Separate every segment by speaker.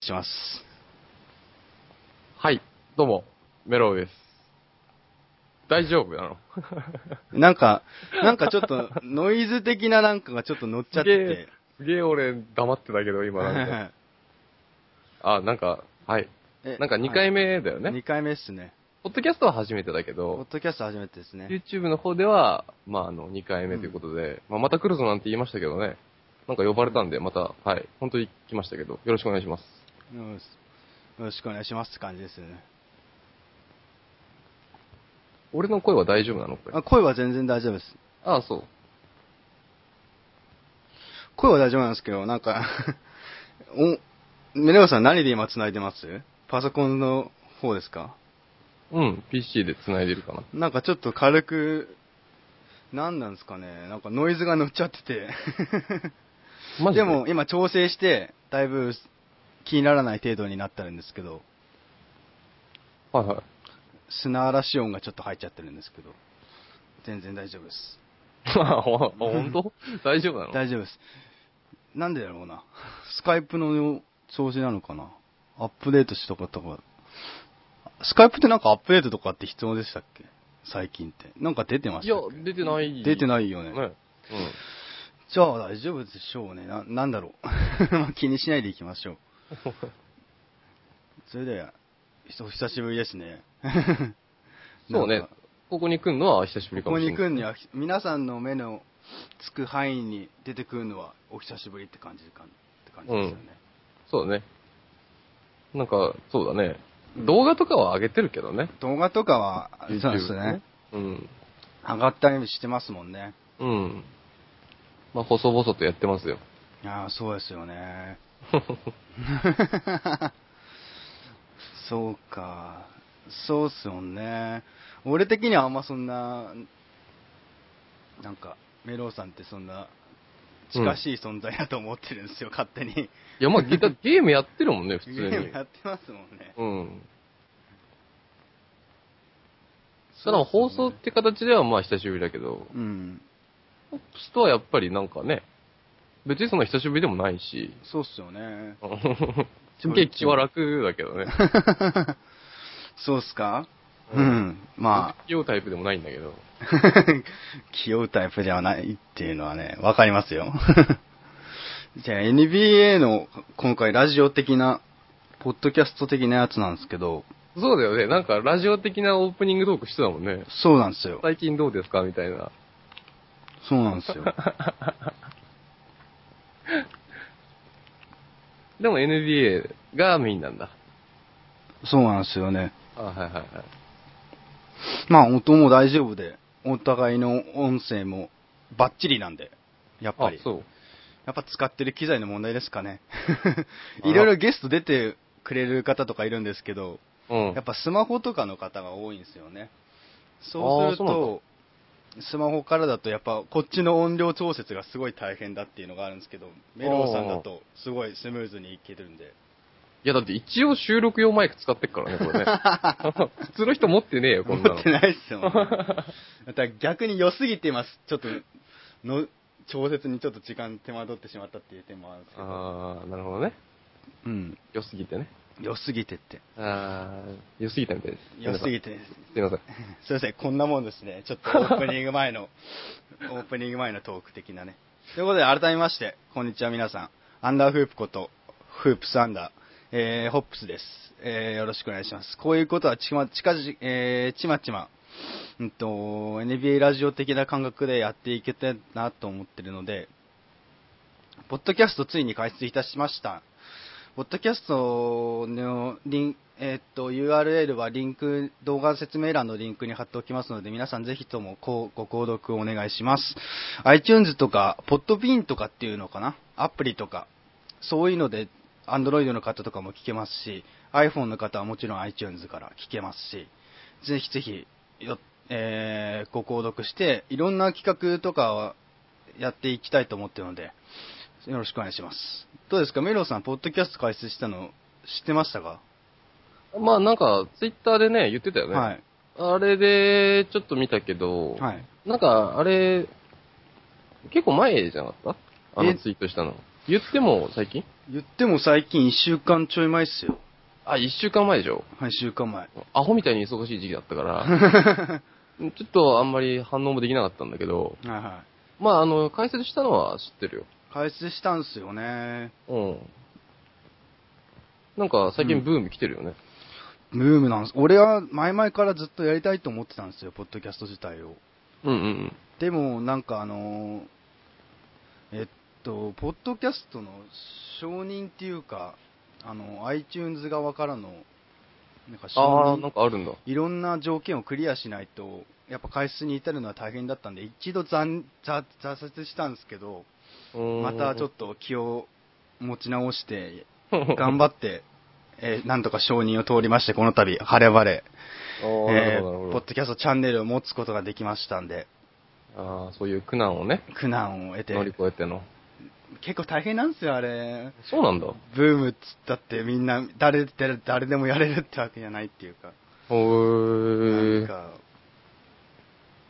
Speaker 1: します。
Speaker 2: はい、どうも、メロウです。大丈夫なの
Speaker 1: なんか、なんかちょっと、ノイズ的ななんかがちょっと乗っちゃっ
Speaker 2: すげえ
Speaker 1: て。、
Speaker 2: すげえ俺黙ってたけど、今な んか。あ、なんか、はい。なんか2回
Speaker 1: 目
Speaker 2: 目だよね。
Speaker 1: ?2 回目っすね。
Speaker 2: ポッドキャストは初めてだけ
Speaker 1: ポッ
Speaker 2: ど、
Speaker 1: ドキャスト初めてですね。
Speaker 2: YouTube の方では、まああの、2回目ということで、まあまた来るぞなんて言いましたけどね。なんか呼ばれたんで、また、はい、本当に来ましたけど、よろしくお願いします。
Speaker 1: うんよろしくお願いしますって感じですよね。
Speaker 2: 俺の声は大丈夫なのこれ。
Speaker 1: あ声は全然大丈夫です。
Speaker 2: ああ、そう。
Speaker 1: 声は大丈夫なんですけど、なんか お、メレオさん何で今繋いでますパソコンの方ですか
Speaker 2: うん、PC で繋いでるかな。
Speaker 1: なんかちょっと軽く、何なんですかね。なんかノイズが乗っちゃってて。
Speaker 2: マジ
Speaker 1: でも、今調整して、だいぶ気にならない程度になってるんですけど、
Speaker 2: はいはい。
Speaker 1: 砂嵐音がちょっと入っちゃってるんですけど、全然大丈夫です。
Speaker 2: あ、ほん本 当大丈夫なの
Speaker 1: 大丈夫です。なんでだろうな。スカイプの調子なのかな。アップデートしとかとか。スカイプってなんかアップデートとかって必要でしたっけ最近って。なんか出てま
Speaker 2: い
Speaker 1: した
Speaker 2: や
Speaker 1: っけ、
Speaker 2: 出てない。
Speaker 1: 出て
Speaker 2: い
Speaker 1: ないよね。じゃあ大丈夫でしょうね。な、なんだろう。 まあ気にしないでいきま しょう。それで、ひお久しぶりですね。
Speaker 2: うん。 そ
Speaker 1: な
Speaker 2: う
Speaker 1: ん
Speaker 2: ね
Speaker 1: か。。
Speaker 2: ここに来るのは久しぶりか
Speaker 1: こ
Speaker 2: も
Speaker 1: こ
Speaker 2: しれ
Speaker 1: に
Speaker 2: ない。
Speaker 1: 来るには、皆さんの目のつく範囲に出てくるのは、お久しぶりって感じるかって感じですよね。
Speaker 2: そうだね。なんか、そうだね。動画とかは上げてるけどね。
Speaker 1: 動画とかは、そうです
Speaker 2: YouTube
Speaker 1: ね。。
Speaker 2: うん。
Speaker 1: 上がったりしてますもんね。
Speaker 2: うん。まあ、細々とやってますよ。
Speaker 1: ああ、そうですよね。 そうか。そうっすよね。俺的にはあんまそんな、なんか、メロウさんってそんな、近しい存在だと思ってるんですよ、勝手に。
Speaker 2: いや、まあ、ゲ だってゲームやってるもんね、普
Speaker 1: ゲ
Speaker 2: 通
Speaker 1: ーム
Speaker 2: に
Speaker 1: や。ってますもんね。
Speaker 2: うん。ただ、放送って形ではまあ、久しぶりだけど、
Speaker 1: うん。
Speaker 2: ポップスとはやっぱりなんかね、別にその久しぶりでもないし、
Speaker 1: そうっすよ ね。
Speaker 2: 神経気は楽だけどね。
Speaker 1: そうっすかう
Speaker 2: うん
Speaker 1: ん。まあ、
Speaker 2: 器用タイプでもないんだけど。
Speaker 1: 気負うタイプではないっていうのはね、わかりますよ。 じゃあ NBA の今回ラジオ的な、ポッドキャスト的なやつなんですけど、
Speaker 2: そうだよね。なんか、ラジオ的なオープニングトークしてたもんね。
Speaker 1: そうなんですよ。
Speaker 2: 最近どうですかみたいな。
Speaker 1: そうなん ですよ。
Speaker 2: でも NBA がメインなんだ。
Speaker 1: そうなんですよね。
Speaker 2: あはいはいはい。
Speaker 1: まあ音も大丈夫で、お互いの音声もバッチリなんで、やっぱり。
Speaker 2: あ、そう。。
Speaker 1: やっぱ使ってる機材の問題ですかねいろいろゲスト出てくれる方とかいるんですけど、
Speaker 2: うん。
Speaker 1: やっぱスマホとかの方が多いんですよね。そうする
Speaker 2: あーそう
Speaker 1: と、スマホからだとやっぱこっちの音量調節がすごい大変だっていうのがあるんですけど、メロウさんだとすごいスムーズにいけるんで。
Speaker 2: いやだって一応収録用マイク使ってっからね、これね。 普通の人持ってねえよ、こ
Speaker 1: 持
Speaker 2: んなの。
Speaker 1: ってないっす よね。だから逆に良すぎて今、ちょっとの調節にちょっと時間手間取ってしまったっていう点もあるんですけど。
Speaker 2: あー、なるほどね。
Speaker 1: うん。
Speaker 2: 良すぎてね。
Speaker 1: 良すぎてって。
Speaker 2: あー、良すぎたみたいです。
Speaker 1: 良すぎ
Speaker 2: て。
Speaker 1: てです。
Speaker 2: すいません。
Speaker 1: すいません、こんなもんですね。ちょっとオープニング前の、オープニング前のトーク的なね。ということで、改めまして、こんにちは皆さん。アンダーフープこと、フープスアンダー、えー、ホップスです。えー、よろしくお願いします。こういうことはちま、ちかじ、えー、ちまちま、うんと、NBA ラジオ的な感覚でやっていけたらなと思ってるので、ポッドキャストついに開設いたしました。ポッドキャストのリン、えーっと URL はリンク動画説明欄のリンクに貼っておきますので皆さんぜひともこうご購読お願いします iTunes とか Podbean とかっていうのかなアプリとかそういうので Android の方とかも聞けますし iPhone の方はもちろん iTunes から聞けますしぜひぜひよ、えーご購読していろんな企画とかはやっていきたいと思ってるのでよろしくお願いします。どうですか、メロウさん、ポッドキャスト開設したの知ってましたか、
Speaker 2: まあなんか、ツイッターでね、言ってたよね。
Speaker 1: はい。
Speaker 2: あれで、ちょっと見たけど、
Speaker 1: はい。
Speaker 2: なんか、あれ、結構前じゃなかったあ
Speaker 1: え
Speaker 2: のツイートしたの。
Speaker 1: い
Speaker 2: 言っても最近
Speaker 1: 言っても最近1週間ちょい前っすよ。
Speaker 2: あ、一週間前でしょ
Speaker 1: はい、1週間前。
Speaker 2: アホみたいに忙しい時期だったから、 ちょっとあんまり反応もできなかったんだけど、
Speaker 1: はいは
Speaker 2: まあ、あの、解説したのは知ってるよ。
Speaker 1: い。解説したんすよね。
Speaker 2: うん。なんか最近ブーム来てるよね。
Speaker 1: ブームなんす。俺は前々からずっとやりたいと思ってたんですよ、ポッドキャスト自体を。
Speaker 2: うん、うん、
Speaker 1: でも、なんかあのーえっと、ポッドキャストの承認っていうか、あの、iTunes 側からの、なんか承
Speaker 2: ああ、
Speaker 1: 認
Speaker 2: なんかあるんだ。
Speaker 1: いろんな条件をクリアしないと、やっぱ回数に至るのは大変だったんで、一度挫挫挫折したんですけど、またちょっ
Speaker 2: と。
Speaker 1: と気を持ち直して、頑張って、えーなんとか承認を通りまして、この度、晴れ晴れ、
Speaker 2: あーな
Speaker 1: え
Speaker 2: る
Speaker 1: ー
Speaker 2: ほど、なる
Speaker 1: ポ
Speaker 2: ほ
Speaker 1: ッドキャストチャンネルを持つことができましたんで、
Speaker 2: ど。ああ、そういう苦難をね、
Speaker 1: 苦難を得て、
Speaker 2: 乗り越えての。
Speaker 1: 結構大変なんですよ、あれ。
Speaker 2: そうなんだ。
Speaker 1: ブームっつったってみんな誰誰誰でもやれるってわけじゃないっていうか。
Speaker 2: ほ
Speaker 1: なん
Speaker 2: ー。
Speaker 1: か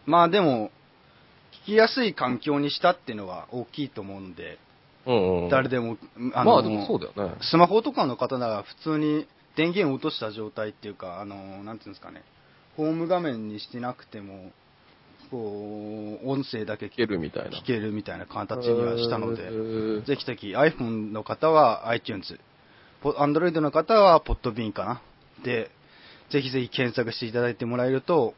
Speaker 1: まあでも、聞きやすい環境にしたっていうのは大きいと思うんで、
Speaker 2: うん、うん。
Speaker 1: 誰でも、あの
Speaker 2: まあでもそうだよね。
Speaker 1: スマホとかの方なら普通に電源を落とした状態っていうか、あの、なんていうんですかね、ホーム画面にしてなくても、こう、音声だけ
Speaker 2: 聞けるみたいな。
Speaker 1: 聞けるみたいな形にはしたの
Speaker 2: へ
Speaker 1: で、
Speaker 2: ー
Speaker 1: ぜひぜひ iPhone の方は iTunes、ポ Android の方は Podbean かな。で、ぜひぜひ検索していただいてもらえると、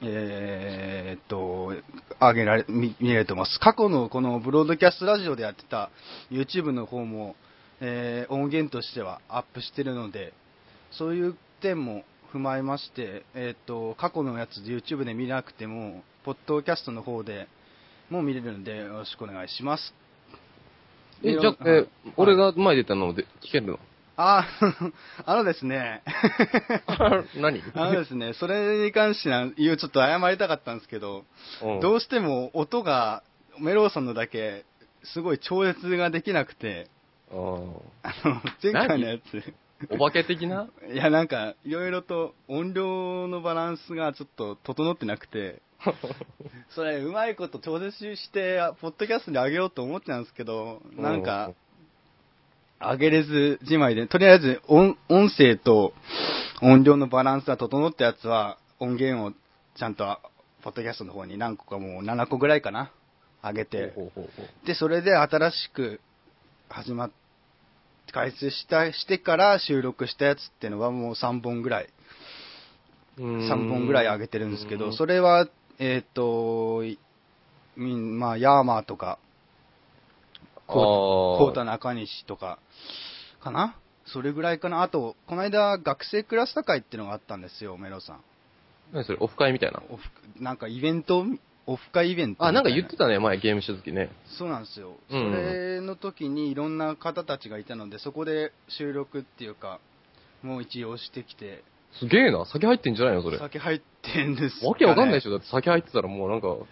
Speaker 1: えーっと、あげられ、見見れると思います。過去のこのブロードキャストラジオでやってた YouTube の方も、えー音源としてはアップしてるので、そういう点も踏まえまして、えーっと、過去のやつで YouTube で見なくても、ポッドキャストの方でも見れるので、よろしくお願いします。
Speaker 2: え、じゃあ、え
Speaker 1: はい
Speaker 2: 俺が前出たので聞けるの
Speaker 1: あ ー、あのですね、
Speaker 2: 何
Speaker 1: あ のですね、それに関してなん言うちょっと謝りたかったんですけど、
Speaker 2: うん
Speaker 1: どうしても音がメロウさんのだけ、すごい超越ができなくて、
Speaker 2: あー
Speaker 1: あの、前回のやつ、
Speaker 2: お化け的ない
Speaker 1: やなんか、いろいろと音量のバランスがちょっと整ってなく て、それ、うまいこと調節して、あポッドキャストに上げようと思ってたんですけど、 なんか、上げれずじまいで、とりあえず音音声と音量のバランスが整ったやつは、音源をちゃんと、ポッドキャストの方に何個かもう7個ぐらいかな、上げて、
Speaker 2: ほうほうほうほう
Speaker 1: で、それで新しく始まっ、開通した、してから収録したやつってのはもう3本ぐらい、
Speaker 2: うーん
Speaker 1: 3本ぐらい上げてるんですけ
Speaker 2: う
Speaker 1: ど、
Speaker 2: ん
Speaker 1: それは、えっ、と、いみんまあ、ヤーマーとか、
Speaker 2: あー
Speaker 1: コータ中西とか、かなそれぐらいかな。あと、この間、学生クラスタ会っていうのがあったんですよ、メロさん。
Speaker 2: 何それ、オフ会みたいな。
Speaker 1: オフなんかイベント、オフ会イベント。
Speaker 2: あ、なんか言って。たね、前ゲームした時ね。
Speaker 1: そうなんですよ。そ
Speaker 2: うん
Speaker 1: れの時にいろんな方たちがいたので、そこで収録っていうか、もう一応してきて、
Speaker 2: すげえな、先入ってんじゃないのそれ。わ
Speaker 1: 酒入ってんです、
Speaker 2: けわかんないで
Speaker 1: し
Speaker 2: しょ、だって先入ってたらもうなんか。
Speaker 1: ょ。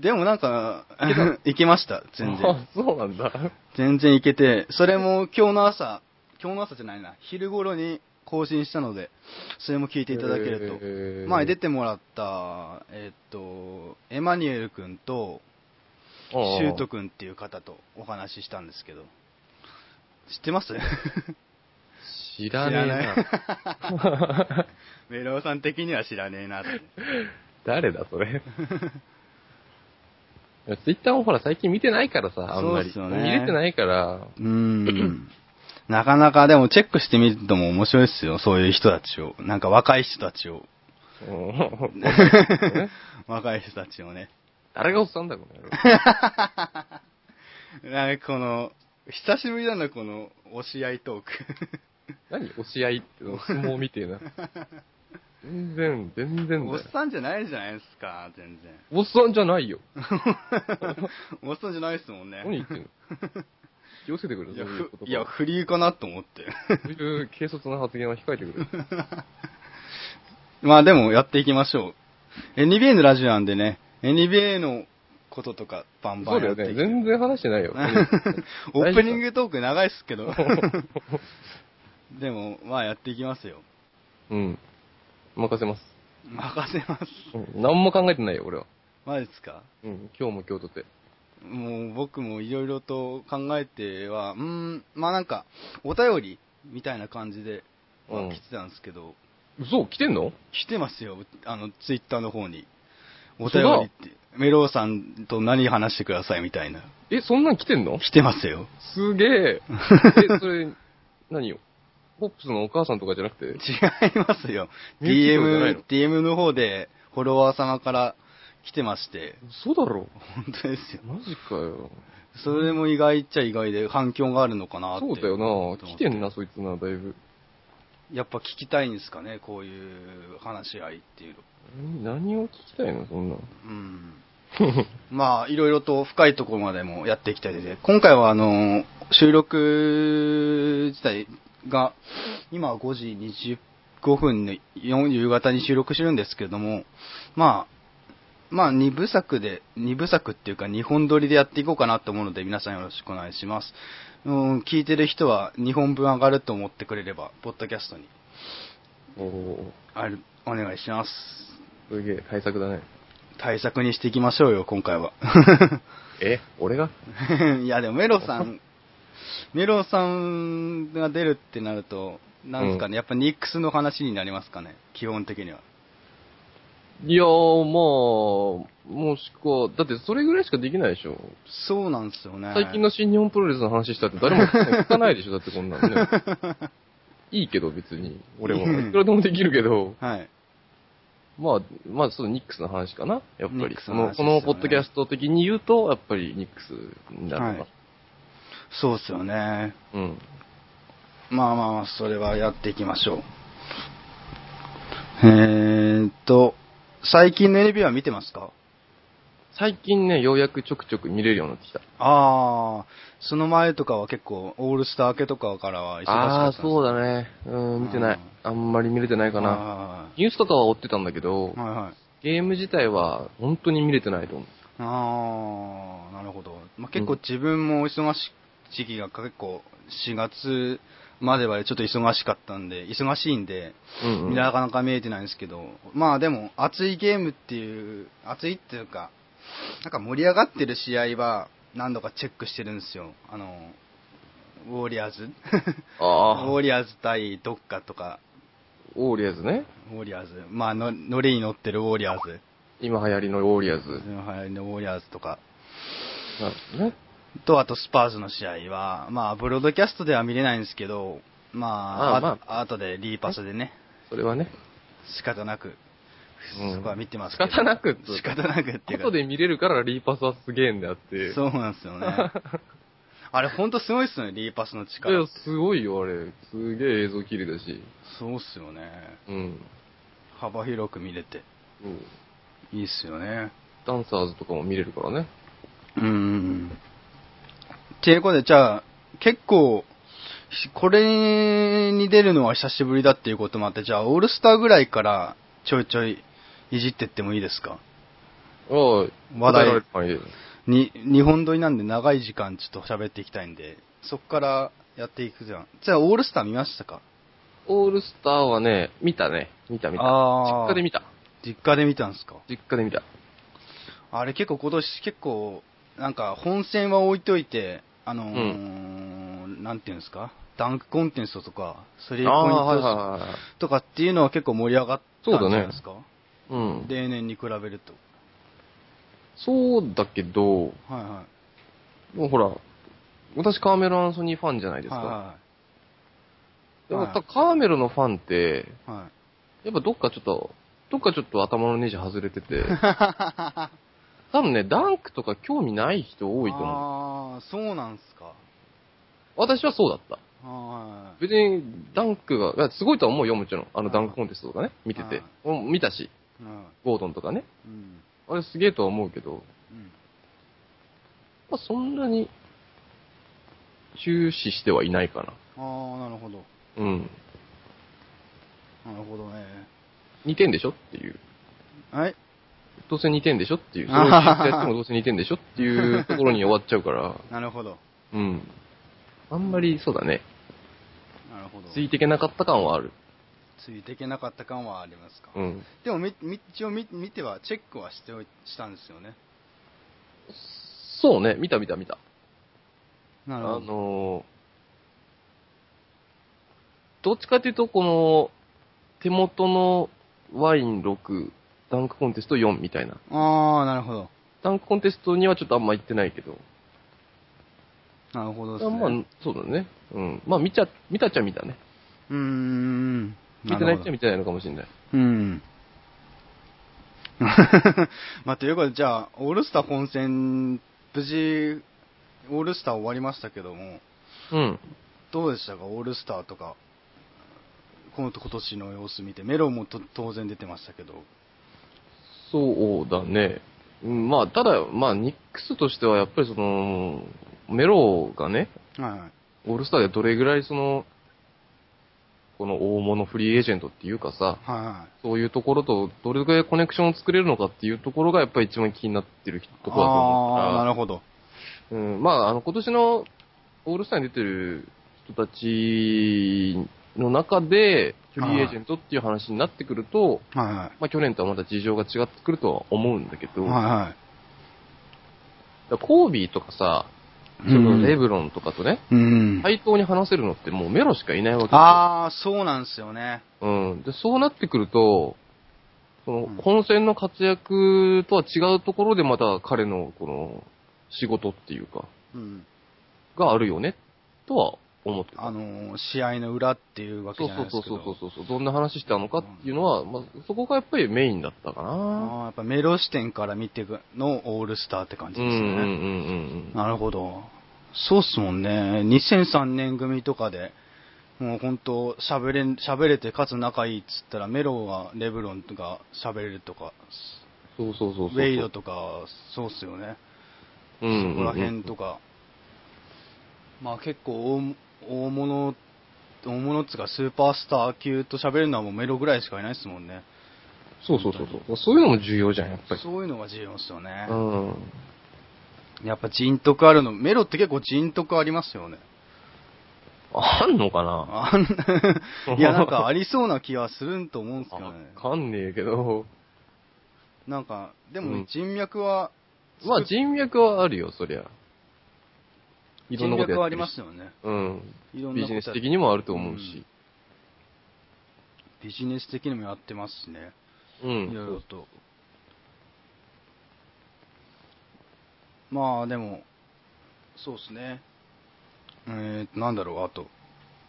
Speaker 1: でもなんか、 行けました、全然。
Speaker 2: あ、そうなんだ。
Speaker 1: 全然いけて、それも今日の朝、今日の朝じゃないな、昼頃に更新したので、それも聞いていただけると。
Speaker 2: る
Speaker 1: 前出てもらった、えっと、エマニュエル君と、シュート君っていう方とお話ししたんですけど、知ってます
Speaker 2: 知らねえな。
Speaker 1: メロウさん的には知らねえなって。
Speaker 2: 誰だ、それ。いやツイッターもほら最近見てないからさ、あんまり。
Speaker 1: そうっすよね
Speaker 2: 見れてないから、
Speaker 1: うーん。なかなかでもチェックしてみるとも面白いですよ、そういう人たちを。なんか若い人たちを。
Speaker 2: うん
Speaker 1: 若い人たちをね。
Speaker 2: 誰がおっさんだ、この野 郎。
Speaker 1: なんかこの、久しぶりだな、この、押し合いトーク。
Speaker 2: 何押し合いっての相撲みてえ な。全然、全然
Speaker 1: お
Speaker 2: だ
Speaker 1: っ
Speaker 2: よ。
Speaker 1: さんじゃないじゃないですか、全然。
Speaker 2: おっさんじゃないよ。
Speaker 1: おっさんじゃないですもんね。
Speaker 2: 何言ってんの気をつけてくれよ、
Speaker 1: いや、
Speaker 2: そういう
Speaker 1: ふ
Speaker 2: こと
Speaker 1: いや、フリーかなと思って。
Speaker 2: そういう軽率な発言は控えてくれ。
Speaker 1: まあでも、やっていきましょう。NBA のラジオなんでね、NBA のこととか、バ ンバ
Speaker 2: そう
Speaker 1: ン
Speaker 2: だ
Speaker 1: や
Speaker 2: よ
Speaker 1: ってい
Speaker 2: ね。
Speaker 1: き
Speaker 2: 全然話してないよ。
Speaker 1: オープニングトーク長いっすけど。 でも、まあやっていきますよ。
Speaker 2: うん。任せます。
Speaker 1: 任せます。
Speaker 2: うん何も考えてないよ、俺は。
Speaker 1: マジっすか
Speaker 2: うん。今日も今日とて。
Speaker 1: もう僕もいろいろと考えては、うーん、まあなんか、お便りみたいな感じで、まあ
Speaker 2: うん
Speaker 1: 来てたんですけど、
Speaker 2: 嘘来てんの
Speaker 1: 来てますよ、あの、ツイッターの方に。お
Speaker 2: 嘘
Speaker 1: 便
Speaker 2: だ
Speaker 1: りって、メロウさんと何話してくださいみたいな。
Speaker 2: え、そんなん来てんの
Speaker 1: 来てますよ。
Speaker 2: すげえ。え、それ、何よホップスのお母さんとかじゃなくて
Speaker 1: 違います よ。
Speaker 2: ミュージックじゃないの
Speaker 1: DM、DM の方で、フォロワー様から来てまして、
Speaker 2: 嘘だろ
Speaker 1: 本当ですよ。
Speaker 2: マジかよ。
Speaker 1: それも意外っちゃ意外で反響があるのかなって。
Speaker 2: そうだよな。来てんな、そいつな、だいぶ。
Speaker 1: やっぱ聞きたいんですかね、こういう話し合いっていうの。
Speaker 2: 何何を聞きたいの、そんな。
Speaker 1: うん。まあ、いろいろと深いところまでもやっていきたいので、今回はあの、収録自体が、今は5時25分のよ夕方に収録してるんですけれども、まあ、まあ、2部作で、2部作っていうか2本撮りでやっていこうかなと思うので、皆さんよろしくお願いします。うん、聞いてる人は2本分上がると思ってくれれば、ポッドキャストに
Speaker 2: おお
Speaker 1: あるお願いします。
Speaker 2: すげえ、対策だね。
Speaker 1: 対策にしていきましょうよ、今回は。
Speaker 2: え俺が
Speaker 1: いや、でもメロさん、メロさんが出るってなると、なんですかね、
Speaker 2: うん
Speaker 1: やっぱニックスの話になりますかね、基本的には。
Speaker 2: いやー、まあ、もしくは、だってそれぐらいしかできないでしょ。
Speaker 1: そうなんですよね。
Speaker 2: 最近の新日本プロレスの話したって誰も聞かないでしょ、だってこんな のね。いいけど別に、俺
Speaker 1: う
Speaker 2: は。
Speaker 1: ん
Speaker 2: いくらでもできるけど、
Speaker 1: はい。
Speaker 2: まあ、まあ、そのニックスの話かな、やっぱ
Speaker 1: ニッ
Speaker 2: り。
Speaker 1: クス
Speaker 2: こ
Speaker 1: の話です
Speaker 2: の、こ
Speaker 1: よね
Speaker 2: のポッドキャスト的に言うと、やっぱりニックスになるのか。
Speaker 1: はいそうっすよね。
Speaker 2: うん。
Speaker 1: まあまあまあ、それはやっていきましょう。えーっと、最近の NB は見てますか
Speaker 2: 最近ね、ようやくちょくちょく見れるようになってきた。
Speaker 1: ああ、その前とかは結構、オールスター明けとかからは忙し
Speaker 2: あ
Speaker 1: か
Speaker 2: あ
Speaker 1: っ
Speaker 2: ー、
Speaker 1: た
Speaker 2: そう
Speaker 1: う
Speaker 2: だね。うん、見てない。あんまり見れてないかな。
Speaker 1: な。
Speaker 2: ニュースとかは追ってたんだけ
Speaker 1: は
Speaker 2: ど、
Speaker 1: いはい。
Speaker 2: ゲーム自体は本当に見れてないと思う。
Speaker 1: ああ、なるほど。まあ、結構自分も忙しい時期が結構4月まではちょっと忙しかったんで、忙しいんで、
Speaker 2: うん、うん。
Speaker 1: なかなか見えてないんですけど、まあでも熱いゲームっていう、熱いっていうか、なんか盛り上がってる試合は何度かチェックしてるんですよ。あの、ウォーリアーズウ
Speaker 2: ああ、
Speaker 1: ォーリアーズ対どっかとか、
Speaker 2: オーリアーズね。
Speaker 1: ウォーリアーズ。まあの、ノリに乗ってるウォーリアーズ。
Speaker 2: 今流行りのオーリアーズ。
Speaker 1: はい、のウォーリアーズとか。
Speaker 2: なるね。
Speaker 1: と、あとスパーズの試合は、まあ、ブロードキャストでは見れないんですけど、まあ、
Speaker 2: あ
Speaker 1: あ
Speaker 2: あま
Speaker 1: 後でリーパスでね、
Speaker 2: それはね。
Speaker 1: 仕方なく、
Speaker 2: うん
Speaker 1: そこは見てます
Speaker 2: 仕
Speaker 1: けど。
Speaker 2: 方なくって。
Speaker 1: 仕方なくっていうか
Speaker 2: 後で見れるからリーパスはすげえんであって。
Speaker 1: そうなんですよね。 あれ、ほんとすごいっすよね、リーパスの
Speaker 2: い
Speaker 1: 力
Speaker 2: や、。すごいよ、あれ。すげえ映像綺麗だし。
Speaker 1: そうっすよね。
Speaker 2: うん。
Speaker 1: 幅広く見れて、
Speaker 2: うん
Speaker 1: いいっすよね。
Speaker 2: ダンサーズとかも見れるからね。
Speaker 1: うーん。ていうことで、じゃあ、結構、しこれに出るのは久しぶりだっていうこともあって、じゃあ、オールスターぐらいからちょいちょいいじってってもいいですか
Speaker 2: ああ、
Speaker 1: 話題
Speaker 2: 答えられる範囲で。
Speaker 1: に、日本撮りなんで長い時間ちょっと喋っていきたいんで、そっからやっていくじゃん。じゃあ、オールスター見ましたか
Speaker 2: オールスターはね、見たね。見た見た。
Speaker 1: あー
Speaker 2: 実家で見た。
Speaker 1: 実家で見たんですか
Speaker 2: 実家で見た。
Speaker 1: あれ結構今年結構、なんか本戦は置いといて、あのーなんていうんですかダンクコンテンツとか、スリーポイン
Speaker 2: ああー、はい
Speaker 1: ト
Speaker 2: はいはいはい。
Speaker 1: とかっていうのは結構盛り上がったんじゃないですか、
Speaker 2: うん。
Speaker 1: 例年に比べると。
Speaker 2: そうだけど、
Speaker 1: はいは
Speaker 2: もうほら、私カーメル・アンソニーファンじゃない
Speaker 1: い。
Speaker 2: ですか。
Speaker 1: はい
Speaker 2: で
Speaker 1: はい。
Speaker 2: もやっぱカーメルのファンって、
Speaker 1: はいはい
Speaker 2: やっぱどっかちょっと、どっかちょっと頭のネジ外れてて、多分ね、ダンクとか興味ない人多いと思う。
Speaker 1: ああ、そうなんすか。
Speaker 2: 私はそうだった。
Speaker 1: は
Speaker 2: 別にダンクが、いやすごいとは思うよ、もちろん。あの
Speaker 1: はい
Speaker 2: ダンクコンテストとかね、見てて。うん見たし、
Speaker 1: い。うん
Speaker 2: ゴードンとかね。
Speaker 1: うん
Speaker 2: あれすげえとは思うけど、
Speaker 1: うん
Speaker 2: まあ、そんなに、注視してはいないかな。
Speaker 1: ああ、なるほど。
Speaker 2: うん。
Speaker 1: なるほどね。
Speaker 2: 2点でしょっていう。
Speaker 1: はい。
Speaker 2: どうせ2点でしょっていう。それを聞いてやってもどうせ2点でしょっていうところに終わっちゃうから。
Speaker 1: なるほど。
Speaker 2: うん。あんまり、そうだね。
Speaker 1: なるほど。
Speaker 2: ついていけなかった感はある。
Speaker 1: ついていけなかった感はありますか、
Speaker 2: うん。
Speaker 1: でもみみ一応み見てはチェックはしておいしたんですよね
Speaker 2: そうね、見た見た見た。
Speaker 1: な
Speaker 2: あ
Speaker 1: るほど。
Speaker 2: のーどっちかっていうと、この、手元のワイン6、ダンクコンテスト4みたいな。
Speaker 1: ああ、なるほど。
Speaker 2: ダンクコンテストにはちょっとあんま行ってないけど。
Speaker 1: なるほどです
Speaker 2: あ
Speaker 1: ね。
Speaker 2: まあ、そうだね。うん。まあ、見ちゃ、見たっちゃ見たね。
Speaker 1: うーん。
Speaker 2: 見てないっちゃ見てないのかもしれない。
Speaker 1: うん。 まあ、ということで、じゃあ、オールスター本戦、無事、オールスター終わりましたけども、
Speaker 2: うん。
Speaker 1: どうでしたか、オールスターとか、この今年の様子見て、メロンもと当然出てましたけど、
Speaker 2: そうだね。うんまあ、ただ、まあ、ニックスとしては、やっぱりその、メロがね、
Speaker 1: はいはい、
Speaker 2: オールスターでどれぐらいその、この大物フリーエージェントっていうかさ、
Speaker 1: はいは
Speaker 2: そういうところとどれぐらいコネクションを作れるのかっていうところがやっぱり一番気になってる
Speaker 1: い。
Speaker 2: ところだと思う
Speaker 1: ああ、な
Speaker 2: か
Speaker 1: るほど。
Speaker 2: ら、うん、まあ、あの、今年のオールスターに出てる人たちの中で、フリーエージェントっていう話になってくると、
Speaker 1: はいは
Speaker 2: まあ、去年とはまた事情が違ってくるとは思うんだけ
Speaker 1: い。
Speaker 2: ど、
Speaker 1: はいはい。
Speaker 2: だからコービーとかさ、
Speaker 1: うん
Speaker 2: そのレブロンとかとね、
Speaker 1: うん。
Speaker 2: 対等に話せるのってもうメロしかいないわけですよ
Speaker 1: ああ、そうなんですよね。
Speaker 2: うん。で、そうなってくると、その
Speaker 1: うん、
Speaker 2: 本戦の活躍とは違うところでまた彼の、この、仕事っていうか、
Speaker 1: うん。
Speaker 2: があるよね、とは思って
Speaker 1: あ
Speaker 2: た。
Speaker 1: のー、試合の裏っていうわけ
Speaker 2: そう
Speaker 1: じゃないです
Speaker 2: そう
Speaker 1: けど。
Speaker 2: そうそうそうそう。どんな話したのかっていうのは、まあ、そこがやっぱりメインだったかな。
Speaker 1: ああ、やっぱメロ視点から見てくのオールスターって感
Speaker 2: う
Speaker 1: じ
Speaker 2: んう
Speaker 1: です
Speaker 2: んう
Speaker 1: ね。
Speaker 2: んうんうん。
Speaker 1: なるほど。そうっすもんね。2003年組とかで、もう本当喋れん、喋れてかつ仲いいっつったら、メロはレブロンとか喋れるとか、
Speaker 2: そうそうそうそう。
Speaker 1: ウェイドとか、そうっすよね。
Speaker 2: うんうんうん、
Speaker 1: そこら辺とか。まあ結構大、大物、大物っつうかスーパースター級と喋れるのはもうメロぐらいしかいないっすもんね。
Speaker 2: そうそうそうそう。そういうのも重要じゃん、やっぱり。
Speaker 1: そういうのが重要っすよね。
Speaker 2: うん。
Speaker 1: やっぱ人徳あるの、メロって結構人徳ありますよね。
Speaker 2: あんのかな
Speaker 1: あ んいや、なんかありそうな気はするんと思うんですけど
Speaker 2: わ
Speaker 1: ね。
Speaker 2: かんねえけど。
Speaker 1: なんか、で
Speaker 2: う
Speaker 1: も
Speaker 2: ん
Speaker 1: 人脈は、
Speaker 2: まあ人脈はあるよ、そりゃ。いろ
Speaker 1: 人
Speaker 2: んなこと
Speaker 1: 脈は
Speaker 2: やっ
Speaker 1: あり
Speaker 2: てる
Speaker 1: ま
Speaker 2: し
Speaker 1: すよね。
Speaker 2: うん。
Speaker 1: いろん
Speaker 2: ビ
Speaker 1: なことや
Speaker 2: ジネ
Speaker 1: っ
Speaker 2: ス的にもあると思うし。
Speaker 1: ビジネス的にもやってますしね。
Speaker 2: うん。
Speaker 1: いろいろと。まあ、でも、そうですね。えーと、なんだろう、あと。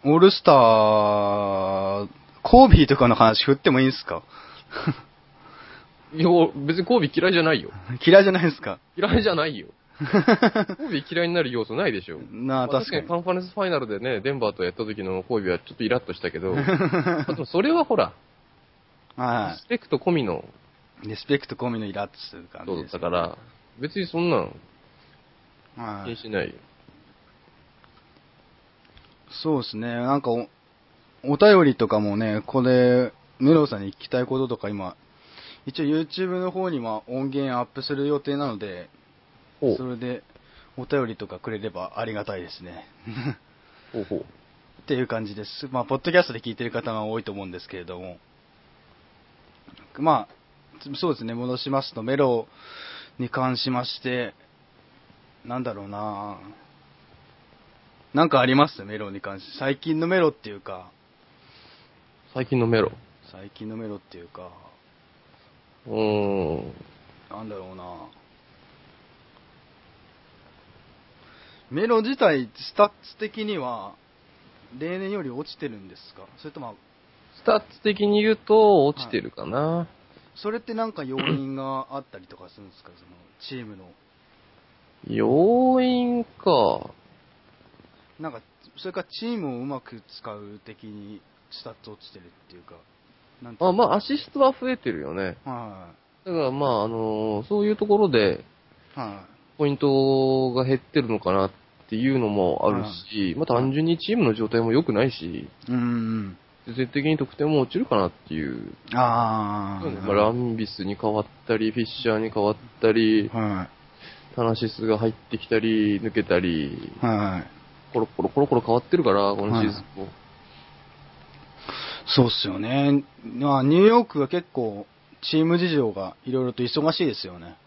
Speaker 1: オールスター、コービーとかの話振ってもいいんすか
Speaker 2: いや、別にコービー嫌いじ ゃないよ。
Speaker 1: 嫌いじゃないですか。
Speaker 2: 嫌いじゃないよ。 コービー嫌いになる要素ないでしょ。
Speaker 1: な
Speaker 2: ま
Speaker 1: あ、
Speaker 2: あ
Speaker 1: 確かに。
Speaker 2: カンファレンスファイナルでね、デンバーとやった時のコービーはちょっとイラッとし たけど、あでもそれはほら、
Speaker 1: は
Speaker 2: リスペクト込みの
Speaker 1: い。リスペクト込みのイラッとする感じ
Speaker 2: そう
Speaker 1: で
Speaker 2: だっ
Speaker 1: す
Speaker 2: たから、別にそんなの
Speaker 1: は
Speaker 2: 気に
Speaker 1: い。
Speaker 2: しないよ。
Speaker 1: そうですね。なんかお、お便りとかもね、これ、メロウさんに聞きたいこととか今、一応 YouTube の方には音源アップする予定なので、
Speaker 2: ほう
Speaker 1: それでお便りとかくれればありがたいですね。
Speaker 2: ほうほう。
Speaker 1: っていう感じです。まあ、ポッドキャストで聞いてる方が多いと思うんですけれども。まあ、つそうですね、戻しますと、メロに関しまして、なんだろうななんかありますメロに関して。最近のメロっていうか、
Speaker 2: 最近のメロ。
Speaker 1: 最近のメロっていうか、
Speaker 2: うーん。
Speaker 1: なんだろうなメロ自体、スタッツ的には、例年より落ちてるんですかそれとも、
Speaker 2: スタッツ的に言うと、落ちてるかな。
Speaker 1: それってなんか要因があったりとかするんですか、そのチームの、
Speaker 2: 要因か。
Speaker 1: なんか、それからチームをうまく使う的に、スタッツ落ちてるっていうか、なんてい
Speaker 2: あ
Speaker 1: うの
Speaker 2: まあ、アシストは増えてるよね。
Speaker 1: は
Speaker 2: だからまあ、あのーそういうところで、
Speaker 1: い、は
Speaker 2: ポイントが減ってるのかなっていうのもあるし、まあ単純にチームの状態も良くないし、
Speaker 1: い、うん、
Speaker 2: 絶対的に得点も落ちるかなっていう。
Speaker 1: あー、
Speaker 2: まあ、ランビスに変わったり、フィッシャーに変わったり、
Speaker 1: は
Speaker 2: タナシスが入ってきたり、抜けたり、
Speaker 1: い、はい、
Speaker 2: コロコロコロコロ変わってるから、このシーズンも。
Speaker 1: そうっすよね、まあ、ニューヨークは結構、チーム事情がいろいろと忙しいですよね。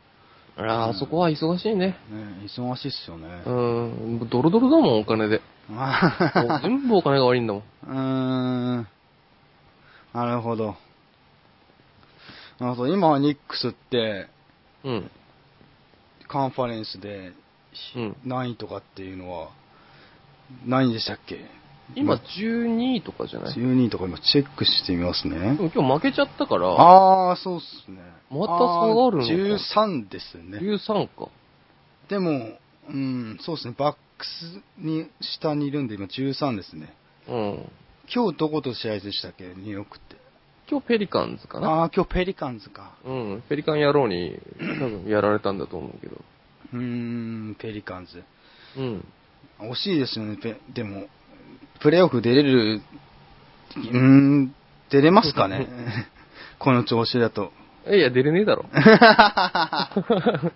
Speaker 2: ああそこは忙しいね。
Speaker 1: ね忙しいっすよね
Speaker 2: う。 ん、もうドロドロだもん、お金で。もう
Speaker 1: あ
Speaker 2: 全部お金が悪いんだもん。
Speaker 1: うーん。なるほど。あと今、ニックスって、
Speaker 2: うん。
Speaker 1: カンファレンスで、
Speaker 2: うん
Speaker 1: 何位とかっていうのは、何位でしたっけ
Speaker 2: 今
Speaker 1: ま
Speaker 2: 12位とかじゃないで
Speaker 1: 12位とか今チェックしてみますね。
Speaker 2: も今日負けちゃったから、
Speaker 1: ああ、そうっすね。
Speaker 2: また下がる
Speaker 1: あ
Speaker 2: のか
Speaker 1: ー ?13 ですね。
Speaker 2: 13か。
Speaker 1: でも、うん、そうですね。バックスに、下にいるんで今13ですね。
Speaker 2: うん。
Speaker 1: 今日どこと試合でしたっけニューヨークって。
Speaker 2: 今日ペリカンズかな。
Speaker 1: ああー、今日ペリカンズか。
Speaker 2: うん。ペリカン野郎に、多分やられたんだと思うけど。
Speaker 1: うーん、ペリカンズ。
Speaker 2: うん。
Speaker 1: 惜しいですよね、ペでも、プレーオフ出れる、うーん、出れますか ねこの調子だと。
Speaker 2: いや、出れねえ だろ。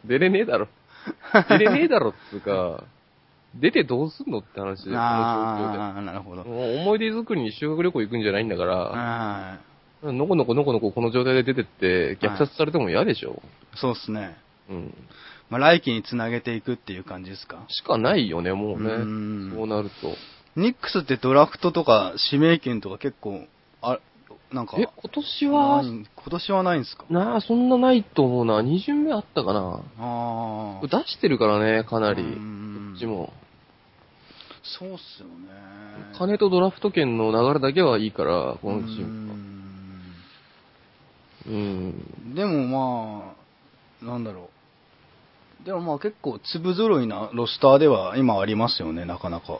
Speaker 2: 出れねえだろ。出れねえだろっつうか、出てどうすんのって話で、この
Speaker 1: ああ、なるほ
Speaker 2: 状況
Speaker 1: ど
Speaker 2: で。。もう思い出作りに修学旅行行くんじゃないんだから、
Speaker 1: は
Speaker 2: のこのこのこのここの状態で出てって、虐殺されても嫌でしょ。
Speaker 1: いそうですね。
Speaker 2: うん。
Speaker 1: まあ、来季につなげていくっていう感じですか。
Speaker 2: しかないよね、もうね。
Speaker 1: うん
Speaker 2: そうなると。
Speaker 1: ニックスってドラフトとか指名権とか結構、あなんか、
Speaker 2: え、今年は
Speaker 1: ない、今年はないんですか
Speaker 2: なあ、そんなないと思うな。2巡目あったかな。
Speaker 1: ああ
Speaker 2: 出。してるからね、かなり。
Speaker 1: う
Speaker 2: こ
Speaker 1: ん
Speaker 2: っちも。
Speaker 1: そうっすよね。
Speaker 2: 金とドラフト権の流れだけはいいから、このチームは。
Speaker 1: う
Speaker 2: うん。
Speaker 1: んでもまあ、なんだろう。でもまあ結構粒揃いなロスターでは今ありますよね、なかなか。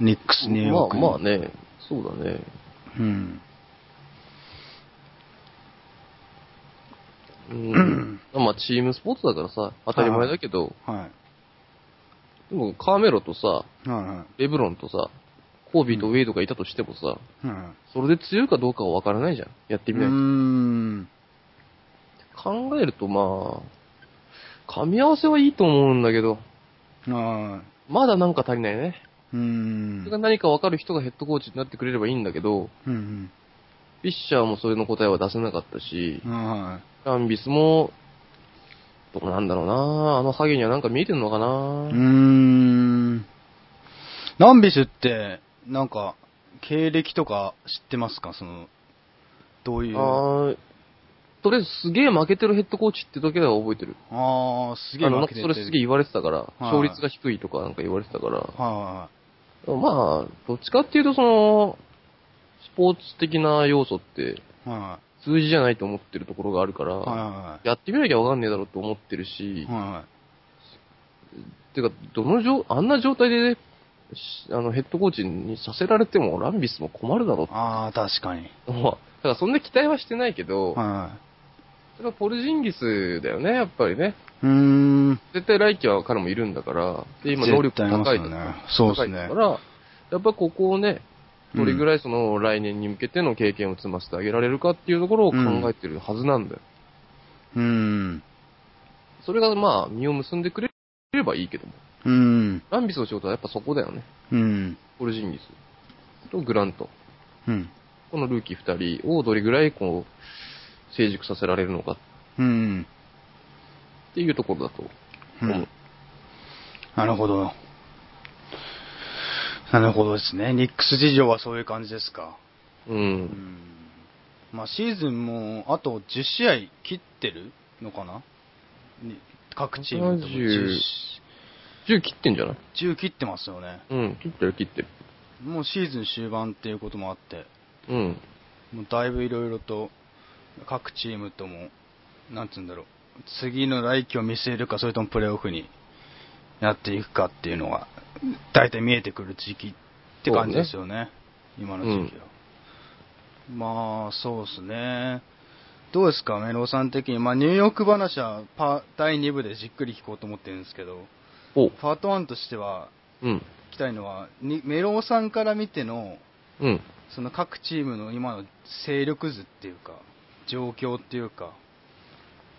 Speaker 1: ニックス、ニューヨークに。
Speaker 2: まあまあね、そうだね。
Speaker 1: うん。
Speaker 2: うん。まあチームスポーツだからさ、当たり前だけど、
Speaker 1: は
Speaker 2: でもカーメロとさ、
Speaker 1: い。は
Speaker 2: レブロンとさ、コービーとウェイドがいたとしてもさ、
Speaker 1: いはい。は
Speaker 2: それで強いかどうかはわからないじゃん。やって
Speaker 1: い。う
Speaker 2: みないと。
Speaker 1: ん。
Speaker 2: 考えるとまあ、噛み合わせはいいと思うんだけど、
Speaker 1: は
Speaker 2: まだなんか足りないね。
Speaker 1: い。う
Speaker 2: そ
Speaker 1: ん
Speaker 2: れが。何かわかる人がヘッドコーチになってくれればいいんだけど、
Speaker 1: うん。
Speaker 2: フィッシャーもそれの答えは出せなかったし、
Speaker 1: は
Speaker 2: ランビスも、どうなんだろうなあのハゲにはなんか見えてんのか
Speaker 1: い。う
Speaker 2: な
Speaker 1: ーん。ランビスって、なんか、経歴とか知ってますかその、どういう。あ
Speaker 2: あーとりあえずすげえ負けてるヘッドコーチって時は覚えてる。
Speaker 1: あー、すげえ
Speaker 2: あの
Speaker 1: 負
Speaker 2: なん
Speaker 1: け
Speaker 2: か
Speaker 1: て
Speaker 2: それすげえ言われてたから、
Speaker 1: い
Speaker 2: 勝率が低いとかなんか言われてたから、
Speaker 1: は
Speaker 2: まあ、どっちかっていうとその、スポーツ的な要素って
Speaker 1: いはいは
Speaker 2: 数字じゃないと思ってるところがあるから、
Speaker 1: い。はいは
Speaker 2: やってみなきゃわかんねえだろうと思ってる
Speaker 1: い
Speaker 2: し
Speaker 1: はい。、は
Speaker 2: てか、どの状、あんな状態で、ね、しあの、ヘッドコーチにさせられても、ランビスも困るだろ
Speaker 1: い。ああ、確かに。
Speaker 2: う。まあ、だからそんな期待はしてないけど、
Speaker 1: は
Speaker 2: それはポルジンギスだよね、やっぱりね。
Speaker 1: い。うーん。
Speaker 2: 絶対来季は彼もいるんだから、で、今能力
Speaker 1: 絶対いま
Speaker 2: 高
Speaker 1: す
Speaker 2: い
Speaker 1: よね。
Speaker 2: 高
Speaker 1: そ
Speaker 2: いう
Speaker 1: ですね
Speaker 2: だか。ら、やっぱここをね、どれぐらいその来年に向けての経験を積ませてあげられるかっていうところを考えてるはずなんだよ。
Speaker 1: うん。
Speaker 2: それがまあ、実を結んでくれればいいけども。
Speaker 1: うん。
Speaker 2: ランビスの仕事はやっぱそこだよね。
Speaker 1: うん。
Speaker 2: ポルジンギスとグラント。
Speaker 1: うん。
Speaker 2: このルーキー2人をどれぐらいこう、成熟させられるのかっ
Speaker 1: うん。
Speaker 2: ていうところだと
Speaker 1: う
Speaker 2: 思
Speaker 1: ん
Speaker 2: う。。
Speaker 1: なるほど。なるほどですね。ニックス事情はそういう感じですか。
Speaker 2: うん。
Speaker 1: うん。まあ、シーズンも、あと10試合切ってるのかなに各チームとも 10,
Speaker 2: 70 10切ってんじゃない
Speaker 1: 10切ってますよね。
Speaker 2: うん。切ってる切ってる。
Speaker 1: もうシーズン終盤っていうこともあって、
Speaker 2: うん。
Speaker 1: もうだいぶいろいろと各チームとも、なんつうんだろう、次の来季を見据えるか、それともプレーオフにやっていくかっていうのが、大体見えてくる時期って感じですよね、今の時期は。まあ、そうですね。どうですか、メロウさん的に。まあ、ニューヨーク話はパ第2部でじっくり聞こうと思ってるんですけど、
Speaker 2: お
Speaker 1: パート1としては、
Speaker 2: うん。
Speaker 1: 聞きたいのは、にメロウさんから見ての、
Speaker 2: うん。
Speaker 1: その各チームの今の勢力図っていうか、状況っていうか、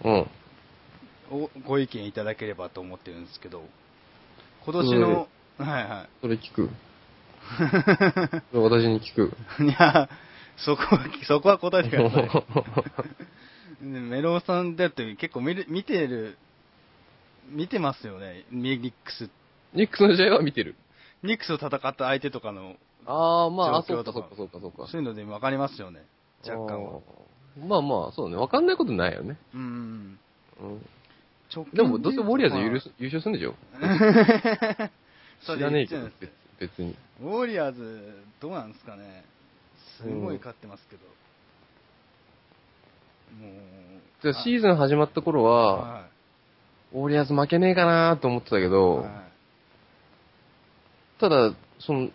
Speaker 2: うん。
Speaker 1: をご意見いただければと思ってるんですけど、今年の、はいは
Speaker 2: それ聞 く。それ私に聞く。
Speaker 1: い。いや、 そこは、そこは 答えてください。メロウさんだって結構見る見てる見てますよね、ミニックス。
Speaker 2: ニックスの試合は見てる。
Speaker 1: ニックスと戦った相手とかの、
Speaker 2: ああ、まあ、あ
Speaker 1: 状況
Speaker 2: そう
Speaker 1: と
Speaker 2: か、そう
Speaker 1: か
Speaker 2: か、そうか、そうか。
Speaker 1: そういうので分かりますよね、若干は。
Speaker 2: あーまあまあ、そうね。わかんないことないよね。
Speaker 1: うん。
Speaker 2: うん、
Speaker 1: 直近
Speaker 2: でも、どうせウォリアーズ優
Speaker 1: る
Speaker 2: 勝優勝するんでしょ
Speaker 1: そ
Speaker 2: 知
Speaker 1: れ
Speaker 2: ら
Speaker 1: 言っ
Speaker 2: ねえ
Speaker 1: ち
Speaker 2: け
Speaker 1: ゃうん
Speaker 2: ど
Speaker 1: です、
Speaker 2: 別別に。
Speaker 1: ウォリアーズ、どうなんですかね。すごい勝ってますけど。もう。
Speaker 2: じゃあシーズン始まった頃
Speaker 1: あ
Speaker 2: は、
Speaker 1: は
Speaker 2: ウォリアーズ負けねえかなと思ってたけ
Speaker 1: い
Speaker 2: ど、
Speaker 1: は
Speaker 2: ただ、その、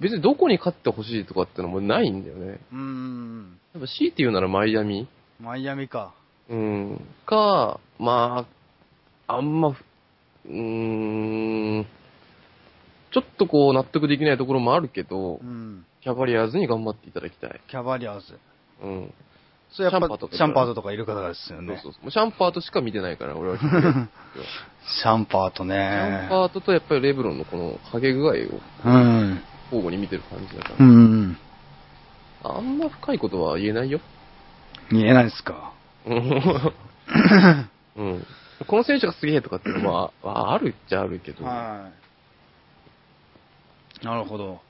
Speaker 2: 別にどこに勝ってほしいとかってのもないんだよね。
Speaker 1: い。うーん。
Speaker 2: やっぱ C って言うならマイアミ
Speaker 1: マイアミか。
Speaker 2: うん。か、まあ、あんま、ふうーん、ちょっとこう納得できないところもあるけど
Speaker 1: う、ん。
Speaker 2: キャバリアーズに頑張っていただきたい。
Speaker 1: キャバリアーズ。
Speaker 2: うん。
Speaker 1: それやっ
Speaker 2: シャンパ
Speaker 1: ぱ
Speaker 2: ーと、か
Speaker 1: シャンパートとかいる方ですよね。
Speaker 2: そうそうそう。もうシャンパートしか見てないか ら、俺は。シャ
Speaker 1: シャンパートね
Speaker 2: ン。パートとやっぱりレブロンのこのハゲ具合を
Speaker 1: うん。
Speaker 2: 交互に見てる感じだか
Speaker 1: う
Speaker 2: ら。
Speaker 1: ん。
Speaker 2: あんま深いことは言え ないよ。
Speaker 1: 見えないですか。
Speaker 2: うん。うんこの選手がすげえとかっていうのは、まあ、あるっちゃあるけど。
Speaker 1: はい。なるほど。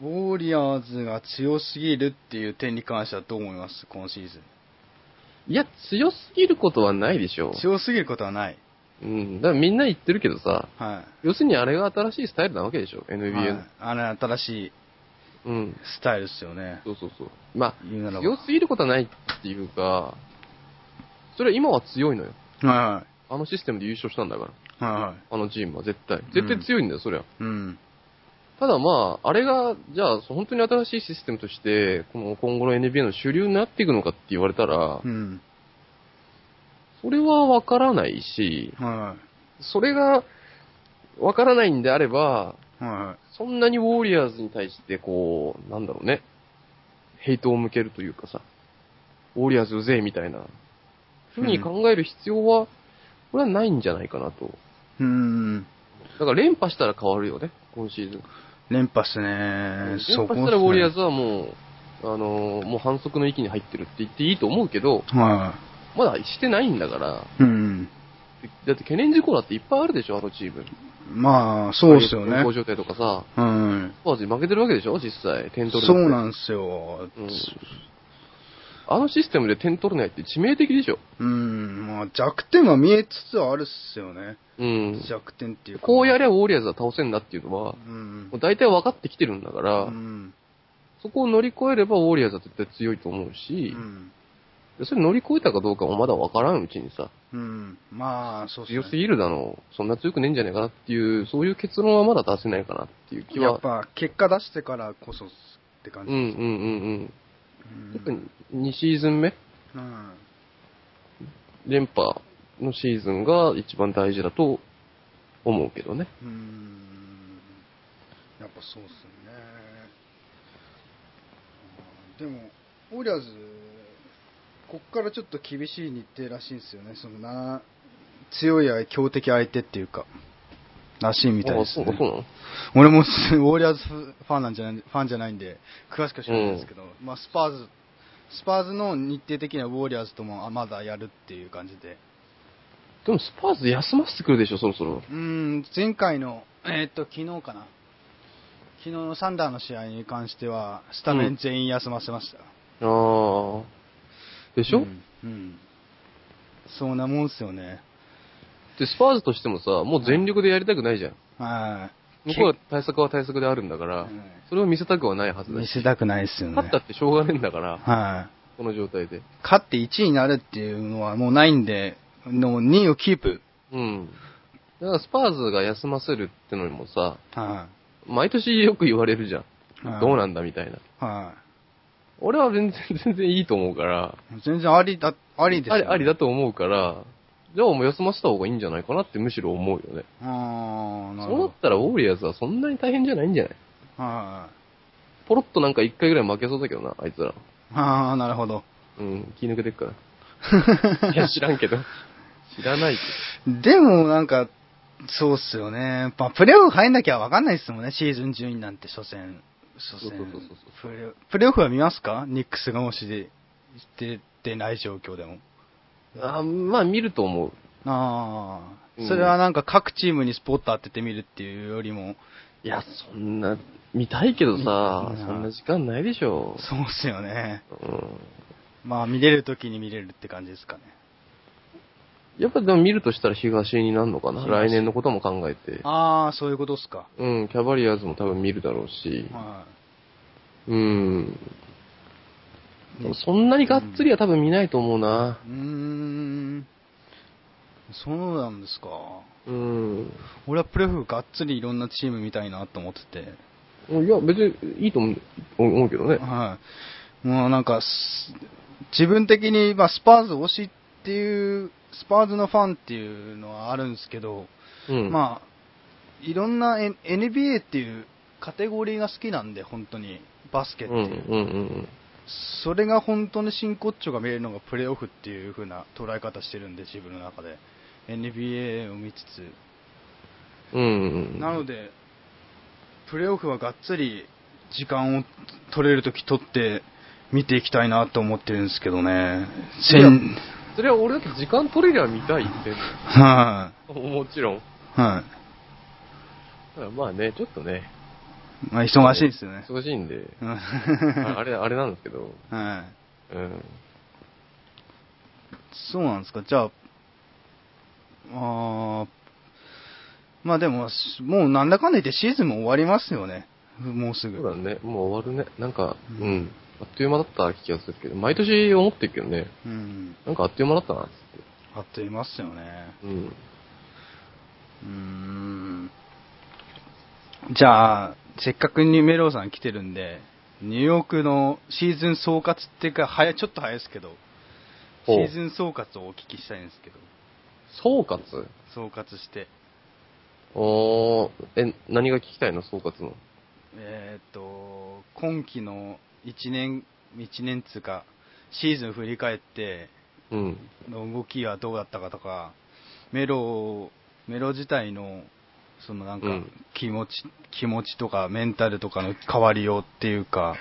Speaker 1: ウォーリアーズが強すぎるっていう点に関してはどう思います今シーズン。
Speaker 2: いや、強すぎることはないでしょ
Speaker 1: 強すぎることはない。
Speaker 2: う。うん。だからみんな言ってるけどさ、
Speaker 1: は
Speaker 2: 要するにあれが新しいスタイルなわけでしょ、
Speaker 1: い。
Speaker 2: NBA の。
Speaker 1: はい、あの新しい
Speaker 2: うん。
Speaker 1: スタイルですよね。
Speaker 2: そうそうそう。ま
Speaker 1: 言うならば
Speaker 2: あ、強すぎることはないっていうか、それは今は強いのよ。
Speaker 1: は
Speaker 2: あのシステムで優勝したんだから。
Speaker 1: いはい。はいはい。
Speaker 2: あのチームは絶対。絶対強いんだよ、そりゃ。
Speaker 1: うん。
Speaker 2: ただまあ、あれが、じゃあ、本当に新しいシステムとして、この今後の NBA の主流になっていくのかって言われたら
Speaker 1: う、ん。
Speaker 2: それはわからないし、
Speaker 1: は
Speaker 2: それがわからないんであれば、
Speaker 1: い。は
Speaker 2: そんなにウォリアーズに対して、こう、なんだろうね、ヘイトを向けるというかさ、ウォリアーズうぜえみたいな、ふうに考える必要は、これはないんじゃないかなと。
Speaker 1: い。うん。
Speaker 2: だから連覇したら変わるよね、今シーズン。
Speaker 1: 連覇っすね
Speaker 2: 連覇。
Speaker 1: そこっすね
Speaker 2: したらウォリアーズはもう、あのーもう反則の域に入ってるって言っていいと思うけど、
Speaker 1: は
Speaker 2: まだしてないんだから、
Speaker 1: い。うん。
Speaker 2: だって懸念事項だっていっぱいあるでしょ、あのチーム。
Speaker 1: まあ、そうですよね
Speaker 2: 健。康状態とかさ、
Speaker 1: うん。
Speaker 2: スパーズに負けてるわけでしょ、実際。点取れ
Speaker 1: そ
Speaker 2: なくて
Speaker 1: うなんですよ。
Speaker 2: うんあのシステムで点取れないって致命的でしょ。
Speaker 1: うん、まあ弱点は見えつつあるっすよね。
Speaker 2: うん。
Speaker 1: 弱点っていうか。
Speaker 2: こうやりゃウォリアーズは倒せんだっていうのは、
Speaker 1: うん
Speaker 2: もう。大体分かってきてるんだか
Speaker 1: う
Speaker 2: ら、
Speaker 1: ん。
Speaker 2: そこを乗り越えればウォリアーズは絶対強いと思う
Speaker 1: う
Speaker 2: し、
Speaker 1: ん。
Speaker 2: でそれ乗り越えたかどうかもまだ分からんうちにさ、
Speaker 1: うん。まあ、そうっすね
Speaker 2: 強すぎるだの、そんな強くねえんじゃねえかなっていう、そういう結論はまだ出せないかなっていう気
Speaker 1: やっ
Speaker 2: は。
Speaker 1: ぱ、結果出してからこそって
Speaker 2: う
Speaker 1: 感
Speaker 2: ん
Speaker 1: じ
Speaker 2: うん
Speaker 1: で
Speaker 2: う
Speaker 1: す。
Speaker 2: んうん。
Speaker 1: う
Speaker 2: 特
Speaker 1: ん。
Speaker 2: に2シーズン目、
Speaker 1: うん。
Speaker 2: 連覇のシーズンが一番大事だと思うけどね。
Speaker 1: うん。やっぱそうっすね。でも、オリアーズ、こっからちょっと厳しい日程らしいんですよね。そのな、強い相強敵相手っていうか、らしいみたい
Speaker 2: あ
Speaker 1: で
Speaker 2: あ
Speaker 1: す
Speaker 2: そう
Speaker 1: ね。
Speaker 2: そうなの
Speaker 1: 俺もすウォーリアーズファンなんじゃないファンじゃないんで、詳しくは知らないんですけど、まあ、スパーズ、スパーズの日程的にはウォーリアーズともあまだやるっていう感じで、
Speaker 2: でもスパーズ休ませてくるでしょ、そろそろ。
Speaker 1: うーん、前回の、えーっと、昨日かな、昨日のサンダーの試合に関しては、スタメン全員休ませました。
Speaker 2: ああ。でしょ、
Speaker 1: うん、うんそんなもんっすよね。
Speaker 2: で、スパーズとしてもさ、もう全力でやりたくないじゃん。
Speaker 1: は
Speaker 2: 向こうは対策は対策であるんだから、
Speaker 1: うん。
Speaker 2: それを見せたくはないはいずだ
Speaker 1: 見
Speaker 2: し。
Speaker 1: せたくないっすよね。
Speaker 2: 勝ったってしょうがねえんだから、
Speaker 1: はい。
Speaker 2: この状態で。
Speaker 1: 勝って1位になるっていうのはもうないんで、の2位をキープ。
Speaker 2: うん。だからスパーズが休ませるってのにもさ、
Speaker 1: は
Speaker 2: 毎年よく言われるじゃん。
Speaker 1: うん
Speaker 2: どうなんだみたいな。
Speaker 1: い。はい。
Speaker 2: 俺は全然、全然いいと思うから、
Speaker 1: 全然ありだ、ありですよ、
Speaker 2: ありありだと思うから、じゃあもう休ませた方がいいんじゃないかなってむしろ思うよね。
Speaker 1: ああ、なる
Speaker 2: そう
Speaker 1: ほ
Speaker 2: な
Speaker 1: ど
Speaker 2: っ。たらウォーリアーズはそんなに大変じゃないんじゃない
Speaker 1: あ
Speaker 2: ポロッとなんか一回ぐらい負けそうだけどな、あいつら。
Speaker 1: あー、なるほど。
Speaker 2: うん、気抜けてっから。いや、知らんけど。知らないけ
Speaker 1: でも、なんか、そうっすよね。まあ、プレーオフ入んなきゃわかんないっすもんね。シーズン順位なんて、初戦。初戦
Speaker 2: そうそうそうそ
Speaker 1: プ
Speaker 2: う。
Speaker 1: レープレーオフは見ますかニックスがもしで、出てない状況でも。
Speaker 2: ど。あまあ、見ると思う。
Speaker 1: あ
Speaker 2: う
Speaker 1: あ。
Speaker 2: ん
Speaker 1: それはなんか各チームにスポット当ててみるっていうよりも、
Speaker 2: いや、そんな、見たいけどさ、
Speaker 1: 見たいな
Speaker 2: そんな時間ないでしょ。
Speaker 1: そうっすよね。
Speaker 2: うん。
Speaker 1: まあ見れる時に見れるって感じですかね。
Speaker 2: やっぱでも見るとしたら東になるのかな。
Speaker 1: 東
Speaker 2: 来年のことも考えて。
Speaker 1: ああ、そういうことっすか。
Speaker 2: うん、キャバリアーズも多分見るだろうし。
Speaker 1: は
Speaker 2: うん。
Speaker 1: い。
Speaker 2: でもそんなにがっつりは多分見ないと思うな。
Speaker 1: うーん。そうなんですか。
Speaker 2: うん。
Speaker 1: 俺はプレフがっつりいろんなチーム見たいなと思ってて。
Speaker 2: いや、別にいいと思う思うけどね。
Speaker 1: はい。もうなんかす、自分的に、まあ、スパーズ推しっていう、スパーズのファンっていうのはあるんですけど、
Speaker 2: うん。あ、
Speaker 1: まあ、いろんな、N、NBA っていうカテゴリーが好きなんで、本当に、バスケ
Speaker 2: う
Speaker 1: っ
Speaker 2: ん
Speaker 1: てい
Speaker 2: うん
Speaker 1: う。
Speaker 2: うん
Speaker 1: それが本当に真骨頂が見れるのがプレーオフっていう風な捉え方してるんで、自分の中で。NBA を見つつ、
Speaker 2: うん。うんうん。
Speaker 1: なので、プレーオフはがっつり時間を取れるとき取って見ていきたいなと思ってるんですけどね。せん、
Speaker 2: それは俺だって時間取れりゃ見たいって。
Speaker 1: は
Speaker 2: もちろん。
Speaker 1: い、はい、
Speaker 2: ただまあね、ちょっとね、
Speaker 1: まあ忙しいですよ ね。
Speaker 2: 忙しいんで、
Speaker 1: うん
Speaker 2: ああれ、あれなんですけど、
Speaker 1: はい。
Speaker 2: うん。
Speaker 1: そうなんですか。じゃあ、あーまあでも、しもうなんだかんだ言ってシーズンも終わりますよね。もうす
Speaker 2: そ
Speaker 1: ぐ。
Speaker 2: うだね、もう終わるね。なんか、
Speaker 1: う
Speaker 2: うんん。あっという間だった気がするけど、毎年思ってるけどね、
Speaker 1: うん。
Speaker 2: なんかあっという間だったな、つって。
Speaker 1: あっという間っすよね。
Speaker 2: うん。
Speaker 1: うーんじゃあ、せっかくにメロウさん来てるんで、ニューヨークのシーズン総括っていうか、早いちょっと早いですけど、シ
Speaker 2: ほう
Speaker 1: ーズン総括をお聞きしたいんですけど、
Speaker 2: 総括
Speaker 1: 総括して、
Speaker 2: おー、え、何が聞きたいの総括の。
Speaker 1: えーっと、今季の1年、1年つうか、シーズン振り返って
Speaker 2: うん。
Speaker 1: の動きはどうだったかとか、メロ、メロ自体の、そのなんか
Speaker 2: うん
Speaker 1: 気持ち、気持ちとかメンタルとかの変わりようっていうか、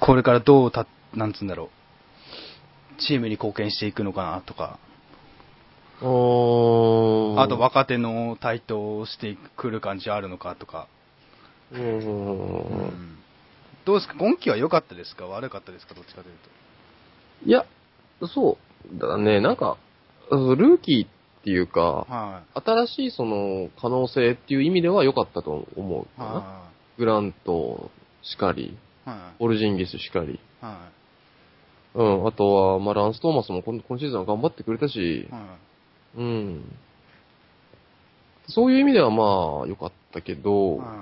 Speaker 1: これからどうた、なんつうんだろう、チームに貢献していくのかなとか、
Speaker 2: おー。
Speaker 1: あと若手の台頭をしてくる感じあるのかとか、
Speaker 2: う。
Speaker 1: うんんどうですか、今季は良かったですか、悪かったですか、どっちかというと。
Speaker 2: いや、そうだね、なんか、うんルーキーっていうか、
Speaker 1: はい、
Speaker 2: 新しいその可能性っていう意味では良かったと思うかな。
Speaker 1: は
Speaker 2: グラントしかり、
Speaker 1: い、はい、
Speaker 2: オルジンギスしかり、
Speaker 1: は
Speaker 2: うん、あとは、まあ、ランス・トーマスも今今シーズンは頑張ってくれたし
Speaker 1: い、、は
Speaker 2: うん。そういう意味ではまあ良かったけど、
Speaker 1: い、はい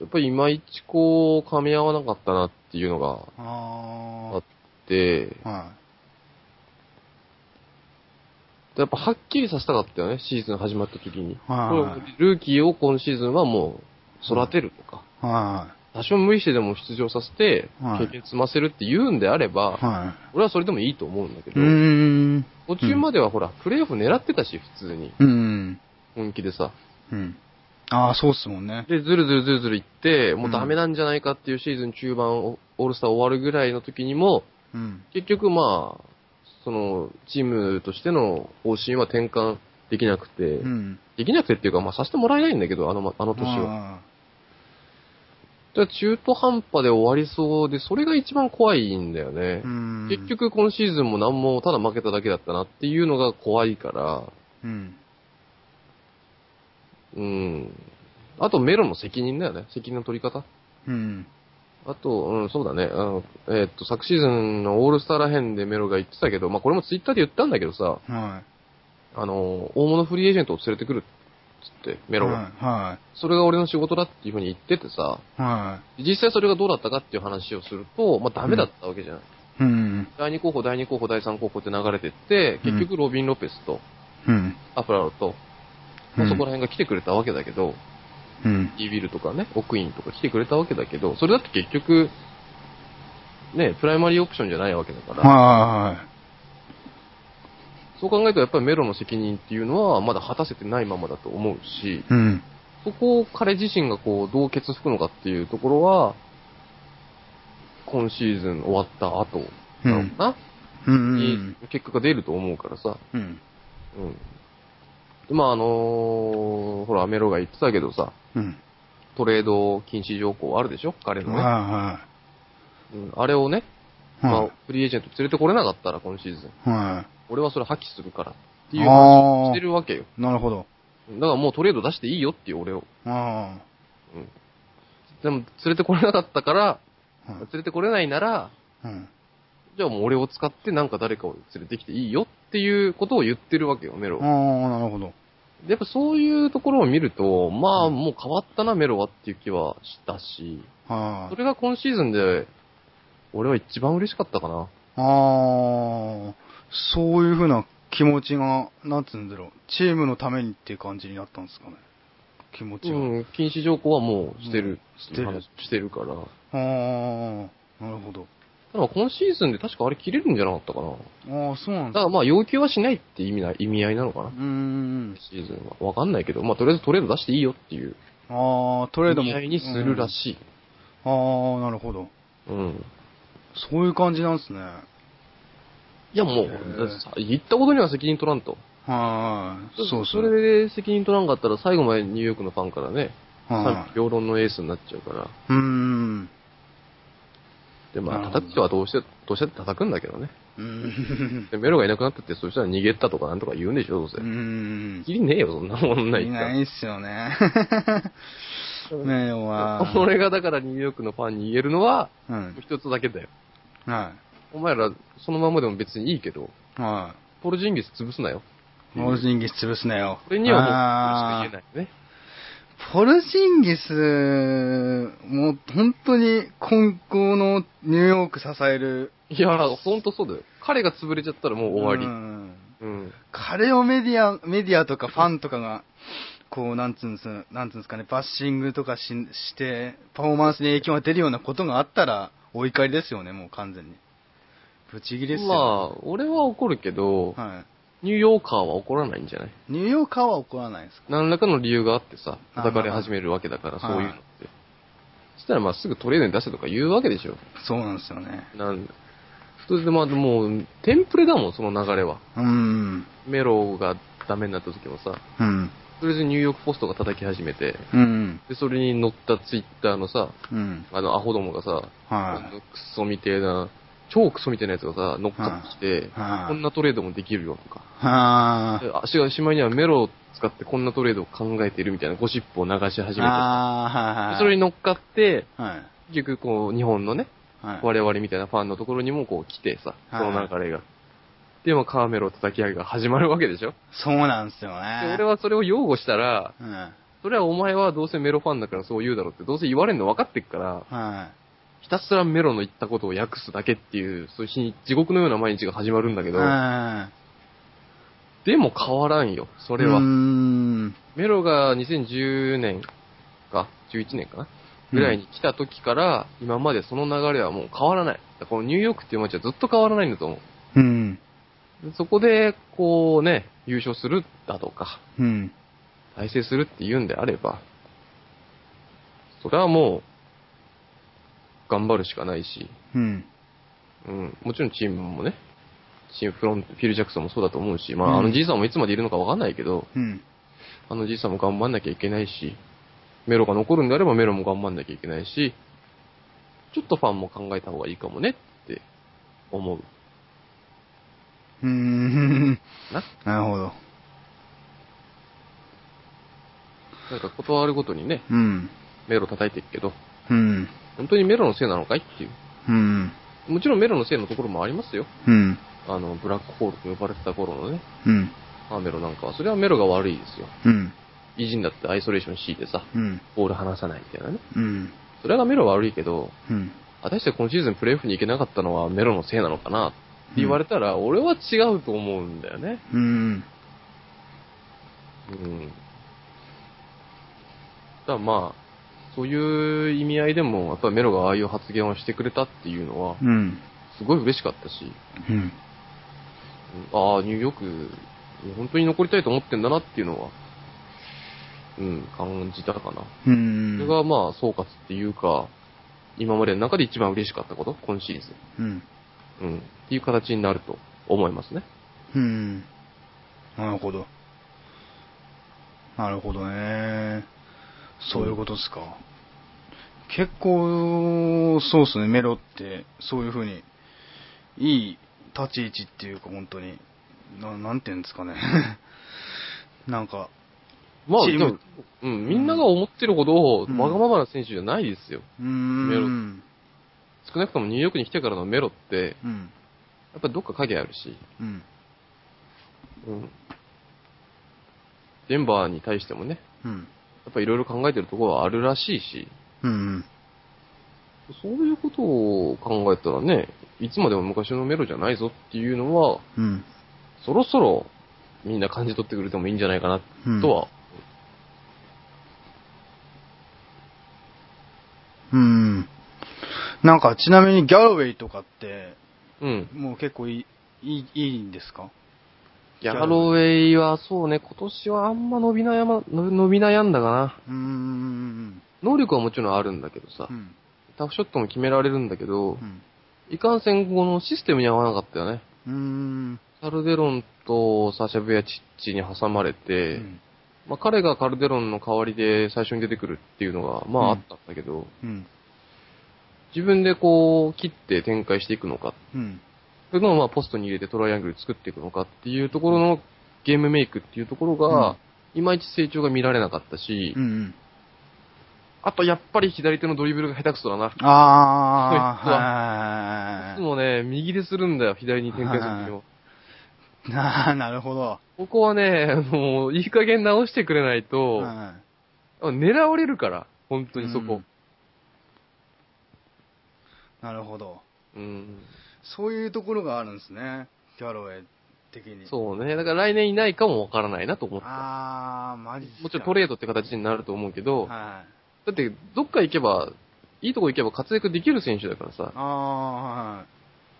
Speaker 2: やっぱりいまいちこう噛み合わなかったなっていうのが
Speaker 1: あ
Speaker 2: あって、
Speaker 1: ー、はい。
Speaker 2: やっぱはっきりさせたかったよね、シーズン始まった時に。
Speaker 1: は
Speaker 2: ルーキーを今シーズンはもう育てるとか、
Speaker 1: い。は
Speaker 2: 多少無理してでも出場させて、
Speaker 1: はい
Speaker 2: 経験積ませるって言うんであれば、
Speaker 1: い。は
Speaker 2: 俺はそれでもいいと思うんだけ
Speaker 1: い。う
Speaker 2: ど、
Speaker 1: ーん。
Speaker 2: 途中まではほら、プレイオフ狙ってたし、普通に。
Speaker 1: うん。
Speaker 2: 本気でさ。
Speaker 1: うん。ああ、そうっすもんね。
Speaker 2: で、ずるずるずるずるいって、もううんダメなんじゃないかっていうシーズン中盤、オオールスター終わるぐらいの時にも、
Speaker 1: うん。
Speaker 2: 結局まあ、その、チームとしての方針は転換できなくて、
Speaker 1: うん。
Speaker 2: できなくてっていうか、まあさせてもらえないんだけど、あの、あの年は。
Speaker 1: あ
Speaker 2: だから中途半端で終わりそうで、それが一番怖いんだ
Speaker 1: ー
Speaker 2: よね
Speaker 1: う。ん。
Speaker 2: 結。局今シーズンも何もただ負けただけだったなっていうのが怖いから、
Speaker 1: うん。
Speaker 2: うん。あと、メロの責任だよね。責任の取り方。
Speaker 1: うん。
Speaker 2: あと、うん、そうだね。あのえーっと、昨シーズンのオールスターら辺でメロが言ってたけど、まあ、これもツイッターで言ったんだけどさ、
Speaker 1: は
Speaker 2: あの、大物フリーエージェントを連れてくるっつって、
Speaker 1: い。
Speaker 2: メロが。
Speaker 1: は
Speaker 2: それが俺の仕事だっていうふうに言っててさ、
Speaker 1: い。は
Speaker 2: 実際それがどうだったかっていう話をすると、まあ、ダメだったわけじゃない。
Speaker 1: い。うん。
Speaker 2: 第2候補、第2候補、第3候補って流れてって、結局ロビン・ロペスと、
Speaker 1: うん。
Speaker 2: アプラロと、
Speaker 1: う
Speaker 2: ま
Speaker 1: ん
Speaker 2: あそこら辺が来てくれたわけだけど、
Speaker 1: うん。
Speaker 2: イービルとかね、オクインとか来てくれたわけだけど、それだって結局、ね、プライマリーオプションじゃないわけだから、
Speaker 1: は
Speaker 2: そう考えるとやっぱりメロの責任っていうのはまだ果たせてないままだと思うし、
Speaker 1: い。うん。
Speaker 2: そこを彼自身がこう、どう結つくのかっていうところは、今シーズン終わった後
Speaker 1: う
Speaker 2: なの
Speaker 1: ん。
Speaker 2: かな、
Speaker 1: う
Speaker 2: に
Speaker 1: ん。
Speaker 2: 結果が出ると思うからさ、
Speaker 1: うん。
Speaker 2: うん。でまああのーほら、アメロが言ってたけどさ、
Speaker 1: うん。
Speaker 2: トレード禁止条項あるでしょ彼のね。
Speaker 1: は
Speaker 2: うんあれをね、
Speaker 1: い
Speaker 2: ま
Speaker 1: は
Speaker 2: あ、フリーエージェント連れてこれなかったら、今シーズン。
Speaker 1: い。は
Speaker 2: 俺はそれ破棄するから。って
Speaker 1: い。
Speaker 2: いう話を
Speaker 1: あ
Speaker 2: してるわけよ。
Speaker 1: あ、なるほど。
Speaker 2: だからもうトレード出していいよっていう俺を。
Speaker 1: あ
Speaker 2: うん。でも、連れてこれなかったから、
Speaker 1: あ。
Speaker 2: 連れてこれないなら、
Speaker 1: うん。
Speaker 2: じゃあもう俺を使ってなんか誰かを連れてきていいよっていうことを言ってるわけよ、メロ
Speaker 1: あ
Speaker 2: は。
Speaker 1: あ、なるほど。
Speaker 2: でやっぱそういうところを見ると、まあもう変わったな、メロはっていう気はしたし、
Speaker 1: は
Speaker 2: そ
Speaker 1: い。
Speaker 2: れが今シーズンで、俺は一番嬉しかったかな。
Speaker 1: ああ、そういうふうな気持ちが、なんつうんだろう。チームのためにっていう感じになったんですかね。気持
Speaker 2: う
Speaker 1: ちが。
Speaker 2: ん、禁止条項はもうしてるっていう
Speaker 1: うん
Speaker 2: 話
Speaker 1: し
Speaker 2: してるか
Speaker 1: あ
Speaker 2: ら。
Speaker 1: あ、なるほど。
Speaker 2: ただ今シーズンで確かあれ切れるんじゃなかったかな。
Speaker 1: ああ、そうなんだ。
Speaker 2: だからまあ要求はしないって意味な意味合いなのかな。
Speaker 1: うーん。
Speaker 2: シーズンは。わかんないけど、まあとりあえずトレード出していいよっていう
Speaker 1: ああ、ト
Speaker 2: 意
Speaker 1: レードも。
Speaker 2: 味合いにするらしい。
Speaker 1: うんああ、なるほど。
Speaker 2: うん
Speaker 1: そういう感じなんですね。
Speaker 2: いやも
Speaker 1: へ
Speaker 2: う、
Speaker 1: ー
Speaker 2: だってさ言ったことには責任取らんと。
Speaker 1: はい。そうそう。
Speaker 2: れで責任取らんかったら最後までニューヨークのファンからね、
Speaker 1: は
Speaker 2: 賛否両論のエースになっちゃうか
Speaker 1: い。
Speaker 2: ら。
Speaker 1: うーん。
Speaker 2: で、ま
Speaker 1: なるほど
Speaker 2: あ叩く人はどうして、どうして叩くんだけどね。
Speaker 1: うーん。
Speaker 2: で、メロがいなくなったって、そしたら逃げたとかなんとか言うんでしょ、どうせ
Speaker 1: う。ーん
Speaker 2: きりねえよ、そんなもんない
Speaker 1: い
Speaker 2: か
Speaker 1: な
Speaker 2: ら。
Speaker 1: いっすよ ね。ねえ、わ。
Speaker 2: 俺がだからニューヨークのファンに言えるのは、
Speaker 1: うん。
Speaker 2: 一つだけだよ。
Speaker 1: は
Speaker 2: お前ら、そのままでも別にいいけど、
Speaker 1: い。は
Speaker 2: ポルジンギス潰すなよ。
Speaker 1: い。ポルジンギス潰すなよ。
Speaker 2: これにはもう、
Speaker 1: あ
Speaker 2: しか言えないよね。
Speaker 1: ーポルジンギス、もう本当に根高のニューヨーク支える。
Speaker 2: いや、ほんとそうだよ。彼が潰れちゃったらもう終わり。
Speaker 1: うん
Speaker 2: うん。
Speaker 1: 彼をメディア、メディアとかファンとかが、こう、なんつうんす、なんつうんですかね、バッシングとかしして、パフォーマンスに影響が出るようなことがあったら、お怒りですよね、もう完全に。ブチギレっすよ。
Speaker 2: まあ、俺は怒るけど、
Speaker 1: は
Speaker 2: ニューヨーカーは怒らないんじゃない
Speaker 1: い。ニューヨーカーは怒らないですか
Speaker 2: 何らかの理由があってさ、
Speaker 1: あー
Speaker 2: 叩かれ始めるわけだから、
Speaker 1: ま
Speaker 2: そ
Speaker 1: あまあ
Speaker 2: ういうのって。そしたらまあすぐトレードに出せとか言うわけでしょ。
Speaker 1: そうなんですよね。
Speaker 2: なんそれでまあもう、テンプレだもん、その流れは。
Speaker 1: うーん。
Speaker 2: メロがダメになった時もさ、
Speaker 1: うん。
Speaker 2: とりあえずニューヨークポストが叩き始めて、
Speaker 1: うん。
Speaker 2: で、それに乗ったツイッターのさ、
Speaker 1: うん。
Speaker 2: あのアホどもがさ、あ
Speaker 1: はい。
Speaker 2: のクソみてえな、超クソみてえなやつがさ、乗っかってきて、
Speaker 1: はい
Speaker 2: こんなトレードもできるよとか、
Speaker 1: は
Speaker 2: で足がしまいにはメロを使ってこんなトレードを考えているみたいなゴシップを流し始めて、
Speaker 1: あ
Speaker 2: で
Speaker 1: ー。
Speaker 2: それに
Speaker 1: の、
Speaker 2: 乗っかって、
Speaker 1: はい。
Speaker 2: 結局こう、日本のね、
Speaker 1: はい。
Speaker 2: 我々みたいなファンのところにもこう来てさ、そ
Speaker 1: はい
Speaker 2: の流れが。で、まあ、カーメロ叩き上げが始まるわけでしょ。
Speaker 1: そうなんですよ
Speaker 2: で、
Speaker 1: ね。
Speaker 2: 俺はそれを擁護したら、
Speaker 1: うん。
Speaker 2: それはお前はどうせメロファンだからそう言うだろうって、どうせ言われるの分かってっから、
Speaker 1: は
Speaker 2: ひたすらメロの言ったことを訳すだけっていう、そういう日地獄のような毎日が始まるんだけ
Speaker 1: い。
Speaker 2: ど、
Speaker 1: は
Speaker 2: でも変わらんよ、そ
Speaker 1: い。
Speaker 2: れは。
Speaker 1: うーん。
Speaker 2: メロが2010年か、11年かなぐらいに来た時から、今までその流れはもう変わらない。このニューヨークっていう街はずっと変わらないんだと思
Speaker 1: うん。
Speaker 2: う。でそこで、こうね、優勝するだとか、
Speaker 1: うん。
Speaker 2: 大成するって言うんであれば、それはもう、頑張るしかないし、
Speaker 1: うん。
Speaker 2: うん、もちろんチームもね、チームフロント、フィル・ジャクソンもそうだと思うし、ま
Speaker 1: うん
Speaker 2: あ、あのじいさんもいつまでいるのかわかんないけど、
Speaker 1: うん。
Speaker 2: あのじいさんも頑張んなきゃいけないし、メロが残るんであればメロも頑張んなきゃいけないし、ちょっとファンも考えた方がいいかもねって思う。
Speaker 1: うーん。
Speaker 2: な。
Speaker 1: なるほど。
Speaker 2: なんか断るごとにね、
Speaker 1: うん。
Speaker 2: メロ叩いてるけど、
Speaker 1: うん。
Speaker 2: 本当にメロのせいなのかいっていう。
Speaker 1: うん。
Speaker 2: もちろんメロのせいのところもありますよ。
Speaker 1: うん。
Speaker 2: あの、ブラックホールと呼ばれてた頃のね、
Speaker 1: うん。
Speaker 2: アーメロなんかは、それはメロが悪いですよ。
Speaker 1: うん。
Speaker 2: 偉人だってアイソレーション C でさ、
Speaker 1: うん。
Speaker 2: ボール離さないみたいなね。
Speaker 1: うん。
Speaker 2: それがメロ悪いけど、
Speaker 1: うん。
Speaker 2: 果たして今シーズンプレーオフに行けなかったのはメロのせいなのかなって言われたら、俺は違うと思うんだよね。
Speaker 1: うん。
Speaker 2: うん。だからまあ、そういう意味合いでも、やっぱりメロがああいう発言をしてくれたっていうのは、
Speaker 1: うん。
Speaker 2: すごい嬉しかったし、
Speaker 1: うん。
Speaker 2: うんああ、ニューヨーク、本当に残りたいと思ってんだなっていうのは、うん、感じたかな。
Speaker 1: うん。
Speaker 2: それがまあ、総括っていうか、今までの中で一番嬉しかったこと、今シーズン。
Speaker 1: うん。
Speaker 2: うん、っていう形になると思いますね。
Speaker 1: うん。なるほど。なるほどね。そういうことですか。結構、そうですね、メロって、そういうふうに、いい立ち位置っていうか、本当に、ななんていうんですかね。 なんか、
Speaker 2: まあ、
Speaker 1: チー
Speaker 2: で
Speaker 1: ム
Speaker 2: も、うん、みんなが思ってるほど、
Speaker 1: うん
Speaker 2: わがままな選手じゃないですよ。
Speaker 1: うーん。
Speaker 2: メロ少なくともニューヨークに来てからのメロって、
Speaker 1: うん。
Speaker 2: やっぱどっか影あるし、
Speaker 1: うん。
Speaker 2: うん。デンバーに対してもね、
Speaker 1: うん。
Speaker 2: やっぱいろいろ考えてるところはあるらしいし、
Speaker 1: うん。
Speaker 2: そういうことを考えたらね、いつまでも昔のメロじゃないぞっていうのは、
Speaker 1: うん。
Speaker 2: そろそろみんな感じ取ってくれてもいいんじゃないかな
Speaker 1: うん。
Speaker 2: とは、
Speaker 1: うん。なんか、ちなみにギャロウェイとかって、
Speaker 2: うん。
Speaker 1: もう結構いい、いい、いいんですか
Speaker 2: ギャロウェイはそうね、今年はあんま伸び悩ま、の伸び悩んだか
Speaker 1: う
Speaker 2: な。
Speaker 1: ーん。
Speaker 2: 能力はもちろんあるんだけどさ
Speaker 1: う、ん。
Speaker 2: タフショットも決められるんだけど
Speaker 1: う、ん。
Speaker 2: いかんせんこのシステムに合わなかったよね。
Speaker 1: うーん。
Speaker 2: カルデロンとサシャベアチッチに挟まれて、まあ彼がカルデロンの代わりで最初に出てくるっていうのが、まああ
Speaker 1: うん
Speaker 2: ったんだけど、
Speaker 1: うん。
Speaker 2: 自分でこう切って展開していくのか、
Speaker 1: うん。
Speaker 2: それともまあポストに入れてトライアングル作っていくのかっていうところのゲームメイクっていうところ
Speaker 1: うん
Speaker 2: が、いまいち成長が見られなかったし、
Speaker 1: うん。
Speaker 2: あとやっぱり左手のドリブルが下手くそだな。い
Speaker 1: ああ、
Speaker 2: つ
Speaker 1: は
Speaker 2: もね、右でするんだよ、左に展開する時も。
Speaker 1: い。あ あ、なるほど。
Speaker 2: ここはね、もういい加減直してくれないと、
Speaker 1: は
Speaker 2: 狙われるから、本当にそこ。
Speaker 1: いなるほど。
Speaker 2: うん
Speaker 1: そういうところがあるんですね。ギャロウェイ的に。う。
Speaker 2: そうね。だから来年いないかもわからないなと思った。
Speaker 1: ああ、マジっすか
Speaker 2: もちろんトレードって形になると思うけど、だ
Speaker 1: はい。
Speaker 2: ってどっか行けば、いいとこ行けば活躍できる選手だからさ、
Speaker 1: ああ、は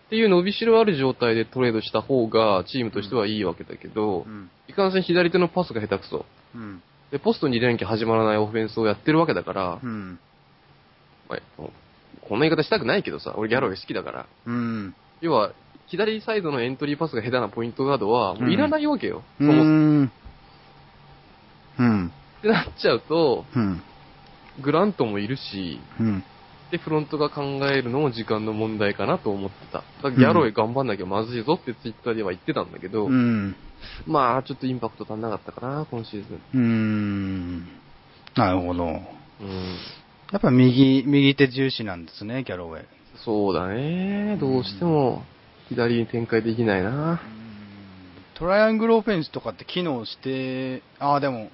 Speaker 2: っていう伸びしろある状態でトレードした方がチームとしてはいいわけだけど、
Speaker 1: い。うん。
Speaker 2: いかんせん左手のパスが下手くそ。
Speaker 1: うん。
Speaker 2: で、ポスト2連携始まらないオフェンスをやってるわけだから、
Speaker 1: うん。
Speaker 2: まあこんな言い方したくないけどさ、俺ギャロウェイ好きだから。
Speaker 1: うん。
Speaker 2: 要は、左サイドのエントリーパスが下手なポイントガードは、もういらないわけよ。
Speaker 1: う
Speaker 2: そもそも
Speaker 1: ん。うん。
Speaker 2: ってなっちゃうと、
Speaker 1: うん。
Speaker 2: グラントもいるし、
Speaker 1: うん。
Speaker 2: で、フロントが考えるのも時間の問題かなと思ってた。だからギャロイ頑張んなきゃまずいぞってツイッターでは言ってたんだけど、
Speaker 1: うん。
Speaker 2: まあ、ちょっとインパクト足んなかったかな、今シーズン。
Speaker 1: うーん。なるほど。や
Speaker 2: うん。
Speaker 1: っぱ右、右手重視なんですね、ギャロウェイ。
Speaker 2: そうだね、どうしても左に展開できないな。
Speaker 1: トライアングルオフェンスとかって機能して、ああ、でも、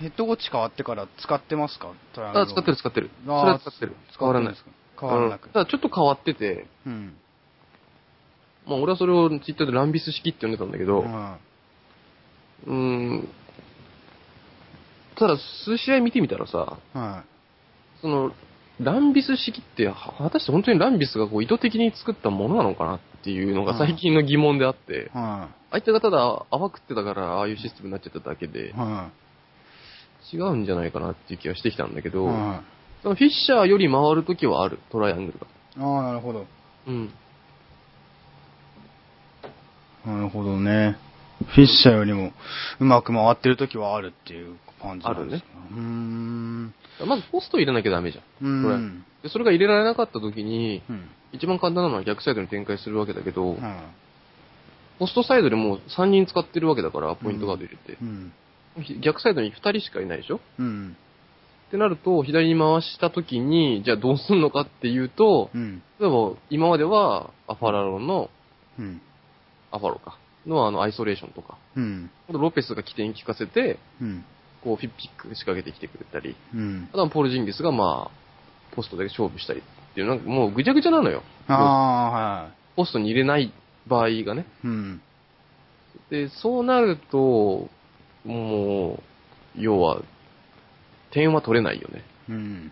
Speaker 1: ヘッドコーチ変わってから使ってますかトライアングル
Speaker 2: あ、使ってる使ってる。そ
Speaker 1: あ
Speaker 2: れ
Speaker 1: ー
Speaker 2: は使ってる。変わらない。
Speaker 1: 使ってんですか変わらな
Speaker 2: う
Speaker 1: く
Speaker 2: ん。ただちょっと変わってて、
Speaker 1: うん。
Speaker 2: まあ俺はそれをツイッターでランビス式って呼んでたんだけ
Speaker 1: う
Speaker 2: ど、
Speaker 1: ん。
Speaker 2: うーん。ただ、数試合見てみたらさ、
Speaker 1: は
Speaker 2: その、ランビス式って、は果たして本当にランビスがこう意図的に作ったものなのかなっていうの
Speaker 1: う
Speaker 2: が
Speaker 1: ん
Speaker 2: 最近の疑問であって
Speaker 1: い。、は
Speaker 2: 相手がただ淡くってたから、ああいうシステムになっちゃっただけで
Speaker 1: い。、は
Speaker 2: 違うんじゃないかなっていう気がしてきたんだけ
Speaker 1: い。
Speaker 2: ど、
Speaker 1: はい
Speaker 2: そのフィッシャーより回るときはある、トライアングルが。
Speaker 1: ああ、なるほど。
Speaker 2: うん。
Speaker 1: なるほどね。フィッシャーよりもうまく回ってる時はあるっていう感じなんですかうーん。
Speaker 2: まずポスト入れなきゃダメじゃん。
Speaker 1: う
Speaker 2: これ
Speaker 1: ん。
Speaker 2: でそれが入れられなかったときに、
Speaker 1: うん。
Speaker 2: 一番簡単なのは逆サイドに展開するわけだけ
Speaker 1: う
Speaker 2: ど、
Speaker 1: ん
Speaker 2: ポストサイドでもう3人使ってるわけだから、ポイントガード入れて。
Speaker 1: うん。
Speaker 2: 逆サイドに2人しかいないでしょ
Speaker 1: うん。
Speaker 2: ってなると、左に回した時に、じゃあどうすんのかっていうと、
Speaker 1: うん。
Speaker 2: 例えば今まではアファラロンの、
Speaker 1: うん。
Speaker 2: アファロか、のあのアイソレーションとか、
Speaker 1: うん。
Speaker 2: あとロペスが起点聞かせて、
Speaker 1: うん。
Speaker 2: こうフィッピック仕掛けてきてくれたり、
Speaker 1: うん
Speaker 2: あ。とはポール・ジンギスがまあ、ポストで勝負したりっていう、なんかもうぐちゃぐちゃなのよ。
Speaker 1: ああ、は
Speaker 2: ポストに入れない場合がね。
Speaker 1: い。うん。
Speaker 2: で、そうなると、もう、要は、点は取れないよね。
Speaker 1: うん。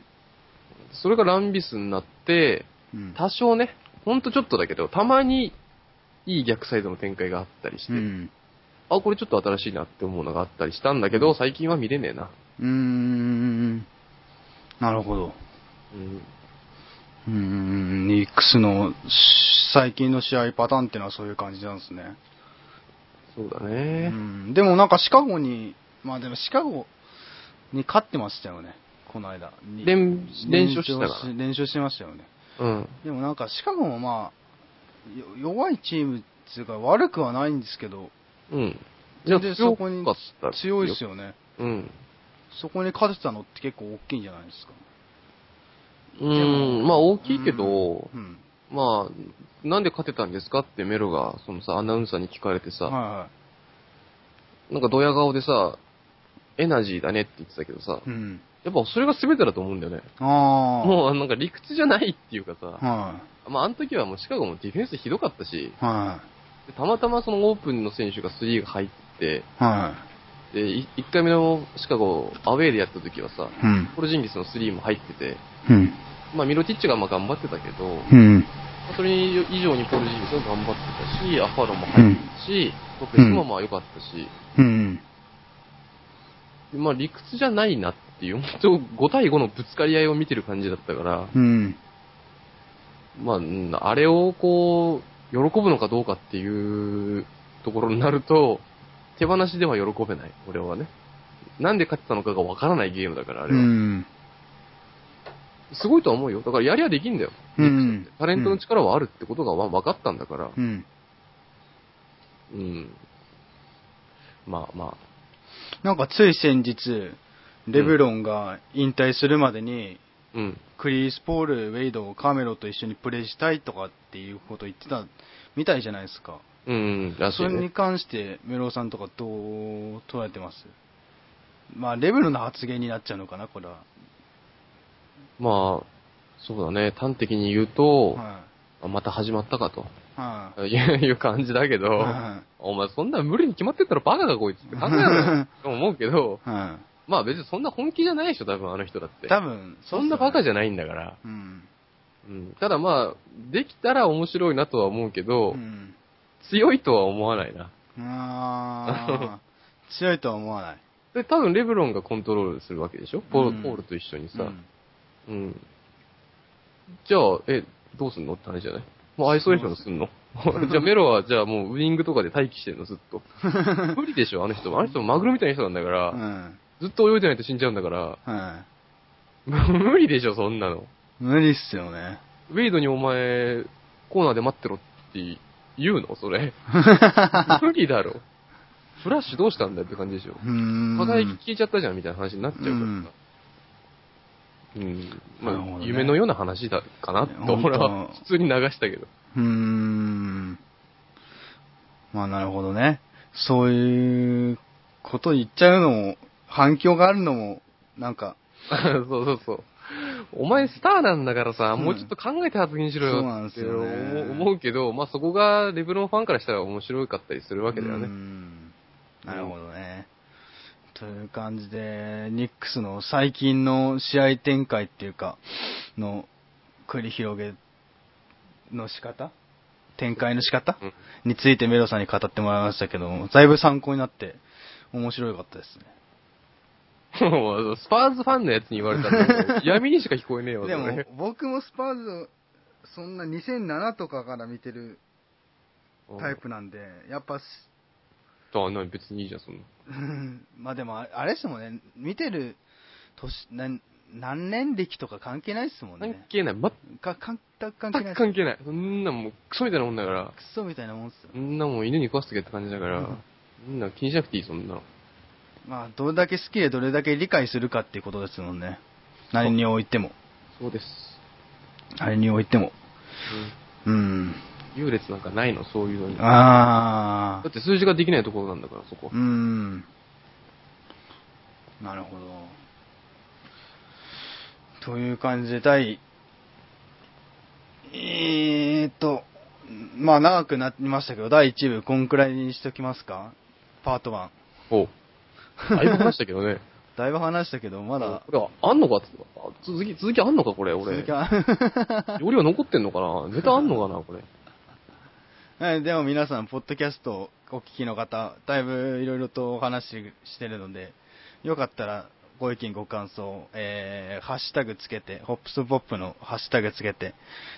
Speaker 2: それがランビスになって、
Speaker 1: うん
Speaker 2: 多少ね、ほんとちょっとだけど、たまにいい逆サイドの展開があったりして、
Speaker 1: うん。
Speaker 2: あ、これちょっと新しいなって思うのがあったりしたんだけど、最近は見れねえな。
Speaker 1: うーん。なるほど。
Speaker 2: うん。
Speaker 1: うーん。ニックスのし最近の試合パターンってのはそういう感じなんですね。
Speaker 2: そうだ
Speaker 1: う
Speaker 2: ね。
Speaker 1: ん、でもなんかシカゴに、まあでもシカゴに勝ってましたよね、この間。に
Speaker 2: 連連勝してたから
Speaker 1: 連勝してましたよね。
Speaker 2: うん。
Speaker 1: でもなんかシカゴもまあ、よ弱いチームっていうか悪くはないんですけど、
Speaker 2: うん。いや
Speaker 1: 全然そこに
Speaker 2: 強かったよ
Speaker 1: 強いですよね。
Speaker 2: うん。
Speaker 1: そこに勝てたのって結構大きいんじゃないですか。
Speaker 2: う
Speaker 1: で
Speaker 2: ん。
Speaker 1: も
Speaker 2: まあ大きいけど、
Speaker 1: うん。
Speaker 2: まあ、なんで勝てたんですかってメロが、そのさ、アナウンサーに聞かれてさ、
Speaker 1: はいは
Speaker 2: なんかドヤ顔でさ、エナジーだねって言ってたけどさ、
Speaker 1: い。うん。
Speaker 2: やっぱそれが全てだと思うんだよね。
Speaker 1: ああ。
Speaker 2: もうなんか理屈じゃないっていうかさ、
Speaker 1: は
Speaker 2: まああの時はもうシカゴもディフェンスひどかったし、
Speaker 1: い。は
Speaker 2: でたまたまそのオープンの選手が3が入って、
Speaker 1: い。は
Speaker 2: で、1回目のシカゴアウェーでやった時はさ、
Speaker 1: い。うん。
Speaker 2: ポルジンギスの3も入ってて、
Speaker 1: うん。
Speaker 2: まあミロティッチがまあ頑張ってたけど、
Speaker 1: うん。
Speaker 2: それ以上にポルジンギスが頑張ってたし、アファロも入ってたし、ロペスもまあ良かったし、
Speaker 1: うん。
Speaker 2: でまあ理屈じゃないなっていう、本当5対5のぶつかり合いを見てる感じだったから、
Speaker 1: うん。
Speaker 2: まあうん、あれをこう、喜ぶのかどうかっていうところになると、手放しでは喜べない、俺はね。なんで勝ってたのかがわからないゲームだから、あれ
Speaker 1: う
Speaker 2: は。
Speaker 1: ん。
Speaker 2: すごいとは思うよ。だからやりゃできんだよ。
Speaker 1: うん
Speaker 2: タレントの力はあるってことがわ分かったんだから、
Speaker 1: うん。
Speaker 2: うん。まあま
Speaker 1: なんかつい先日、レブロンが引退するまでに、
Speaker 2: あ、うん。
Speaker 1: クリス・ポール、ウェイド、カメロと一緒にプレイしたいとかっていうことを言ってたみたいじゃないですか。
Speaker 2: うん、らしい
Speaker 1: それに
Speaker 2: ね。
Speaker 1: 関して、メロウさんとかどう捉えてますまあ、レベルの発言になっちゃうのかな、これは。
Speaker 2: まあ、そうだね。端的に言うと、
Speaker 1: は
Speaker 2: あまた始まったかと
Speaker 1: い。は
Speaker 2: いういう感じだけど、
Speaker 1: い。は
Speaker 2: お前そんな無理に決まってったらバカかこいつって考えろ よと思うけど、
Speaker 1: い。は
Speaker 2: まあ別にそんな本気じゃないでしょ、多分あの人だって。
Speaker 1: い。多分、
Speaker 2: そんなバカじ
Speaker 1: ゃ
Speaker 2: ゃないんだから。
Speaker 1: うん。
Speaker 2: うん、ただまあ、できたら面白いなとは思うけど、
Speaker 1: うん。
Speaker 2: 強いとは思わないな。
Speaker 1: あ ー強いとは思わない。
Speaker 2: で、多分レブロンがコントロールするわけでしょポール,、
Speaker 1: うん
Speaker 2: ポールと一緒に
Speaker 1: う
Speaker 2: さ、
Speaker 1: ん
Speaker 2: うん。じゃあ、え、どうすんのって話じゃないもうアイソレーションすんのじゃあメロは、じゃあもうウィングとかで待機してんの、ずっ と。無理でしょ、あの人も。あの人もマグロみたいな人なんだから、
Speaker 1: うん。
Speaker 2: ずっと泳いでないと死んじゃうんだから、
Speaker 1: はい。
Speaker 2: 無理でしょ、そんなの。
Speaker 1: 無理っすよね。
Speaker 2: ウェイドにお前、コーナーで待ってろって言うの それ。無理だろ。フラッシュどうしたんだよって感じでしょ。
Speaker 1: うーん。
Speaker 2: 輝き消えちゃったじゃんみたいな話になっちゃうからさ。うん。まあ、
Speaker 1: なるほどね
Speaker 2: 夢のような話だかなと、
Speaker 1: ね
Speaker 2: 俺は
Speaker 1: 本当
Speaker 2: 普通に流したけど。
Speaker 1: うーん。まあなるほどね。そういうこと言っちゃうのも、反響があるのも、なんか、
Speaker 2: そうそうそう。お前スターなんだからさ、
Speaker 1: うん
Speaker 2: もうちょっと考えて発言しろ
Speaker 1: そうな
Speaker 2: よ
Speaker 1: んで
Speaker 2: って
Speaker 1: す
Speaker 2: 思
Speaker 1: よ
Speaker 2: う,、
Speaker 1: ね
Speaker 2: 思うけど、まあそこがレブロンファンからしたら面白かったりするわけだよ
Speaker 1: うー
Speaker 2: ね。
Speaker 1: んなるほどね。という感じで、ニックスの最近の試合展開っていうか、の繰り広げの仕方展開の仕方
Speaker 2: うん
Speaker 1: についてメロさんに語ってもらいましたけども、だいぶ参考になって、面白かったですね。
Speaker 2: もう、スパーズファンのやつに言われた ら、闇にしか聞こえねえわ、
Speaker 1: で
Speaker 2: そ
Speaker 1: も
Speaker 2: れ、
Speaker 1: 僕もスパーズ、そんな2007とかから見てるタイプなんで、やっぱ し、
Speaker 2: うん。あ、なに別にいいじゃん、そんな。
Speaker 1: うんまあでもあ、あれですもんね、見てる年、何何年歴とか関係ないですもん
Speaker 2: 関
Speaker 1: ね。
Speaker 2: 係ない。全
Speaker 1: か関全く関係ないっ
Speaker 2: く
Speaker 1: す。
Speaker 2: 関係ない。そんなもう、クソみたいなもんだから、
Speaker 1: クソみたいなもんっすよ
Speaker 2: そんなもん犬に食わすとけって感じだか
Speaker 1: う
Speaker 2: ら
Speaker 1: ん、
Speaker 2: みんな気にしなくていい、そんなの。
Speaker 1: まあ、どれだけ好きでどれだけ理解するかっていうことですもんね。何においても。
Speaker 2: そうです。
Speaker 1: 何においても。うん。
Speaker 2: うん。優劣なんかないの、そういうのに。だ
Speaker 1: ああ
Speaker 2: っ。て数字ができないところなんだから、そこは
Speaker 1: う。ん。なるほど。という感じで、第、えーっと、まあ長くなりましたけど、第1部こんくらいにしときますかパート1。
Speaker 2: おだいぶ話したけどね。
Speaker 1: だいぶ話したけど、まだ、
Speaker 2: これはあんのかあ続き、続きあんのかこれ、俺。
Speaker 1: 続き
Speaker 2: 料
Speaker 1: は、
Speaker 2: 理は残ってんのかなネタあんのかなこれ。
Speaker 1: はいでも皆さん、ポッドキャストをお聞きの方、だいぶいろいろとお話ししてるので、よかったら、ご意見、ご感想、えー、ハッシュタグつけて、ホップスポップのハッシュタグつけて、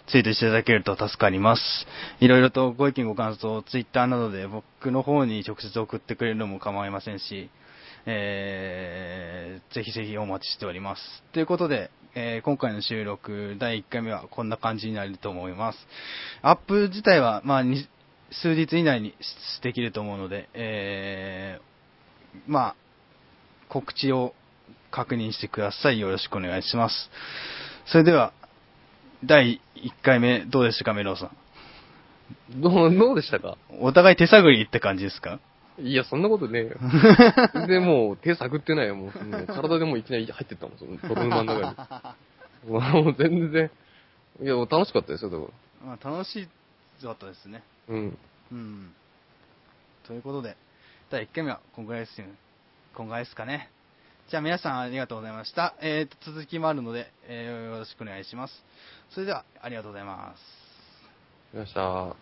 Speaker 1: ツイートしていただけると助かります。いろいろとご意見、ご感想をツイッターなどで僕の方に直接送ってくれるのも構いませんし、えー、ぜひぜひお待ちしております。ということで、えー今回の収録第1回目はこんな感じになると思います。アップ自体は、まあ、に数日以内にしできると思うので、えー、まあ、告知を確認してください。よろしくお願いします。それでは、第1回目どうでしたか、メロウさん。
Speaker 2: どう、どうでしたか
Speaker 1: お互い手探りって感じですか
Speaker 2: いや、そんなことねえよ。全然もう手探ってないよ、もう。もう体でもういきなり入ってったもん、その泥沼の中 に。もう全然。いや、楽しかったですよ、だか
Speaker 1: まあ、楽しかったですね。
Speaker 2: ら。うん。
Speaker 1: うん。ということで、第1回目は今回ですよね。今回ですかね。じゃあ皆さんありがとうございました。えー、と続きもあるので、えーよろしくお願いします。それでは、ありがとうございます。
Speaker 2: よっしゃー。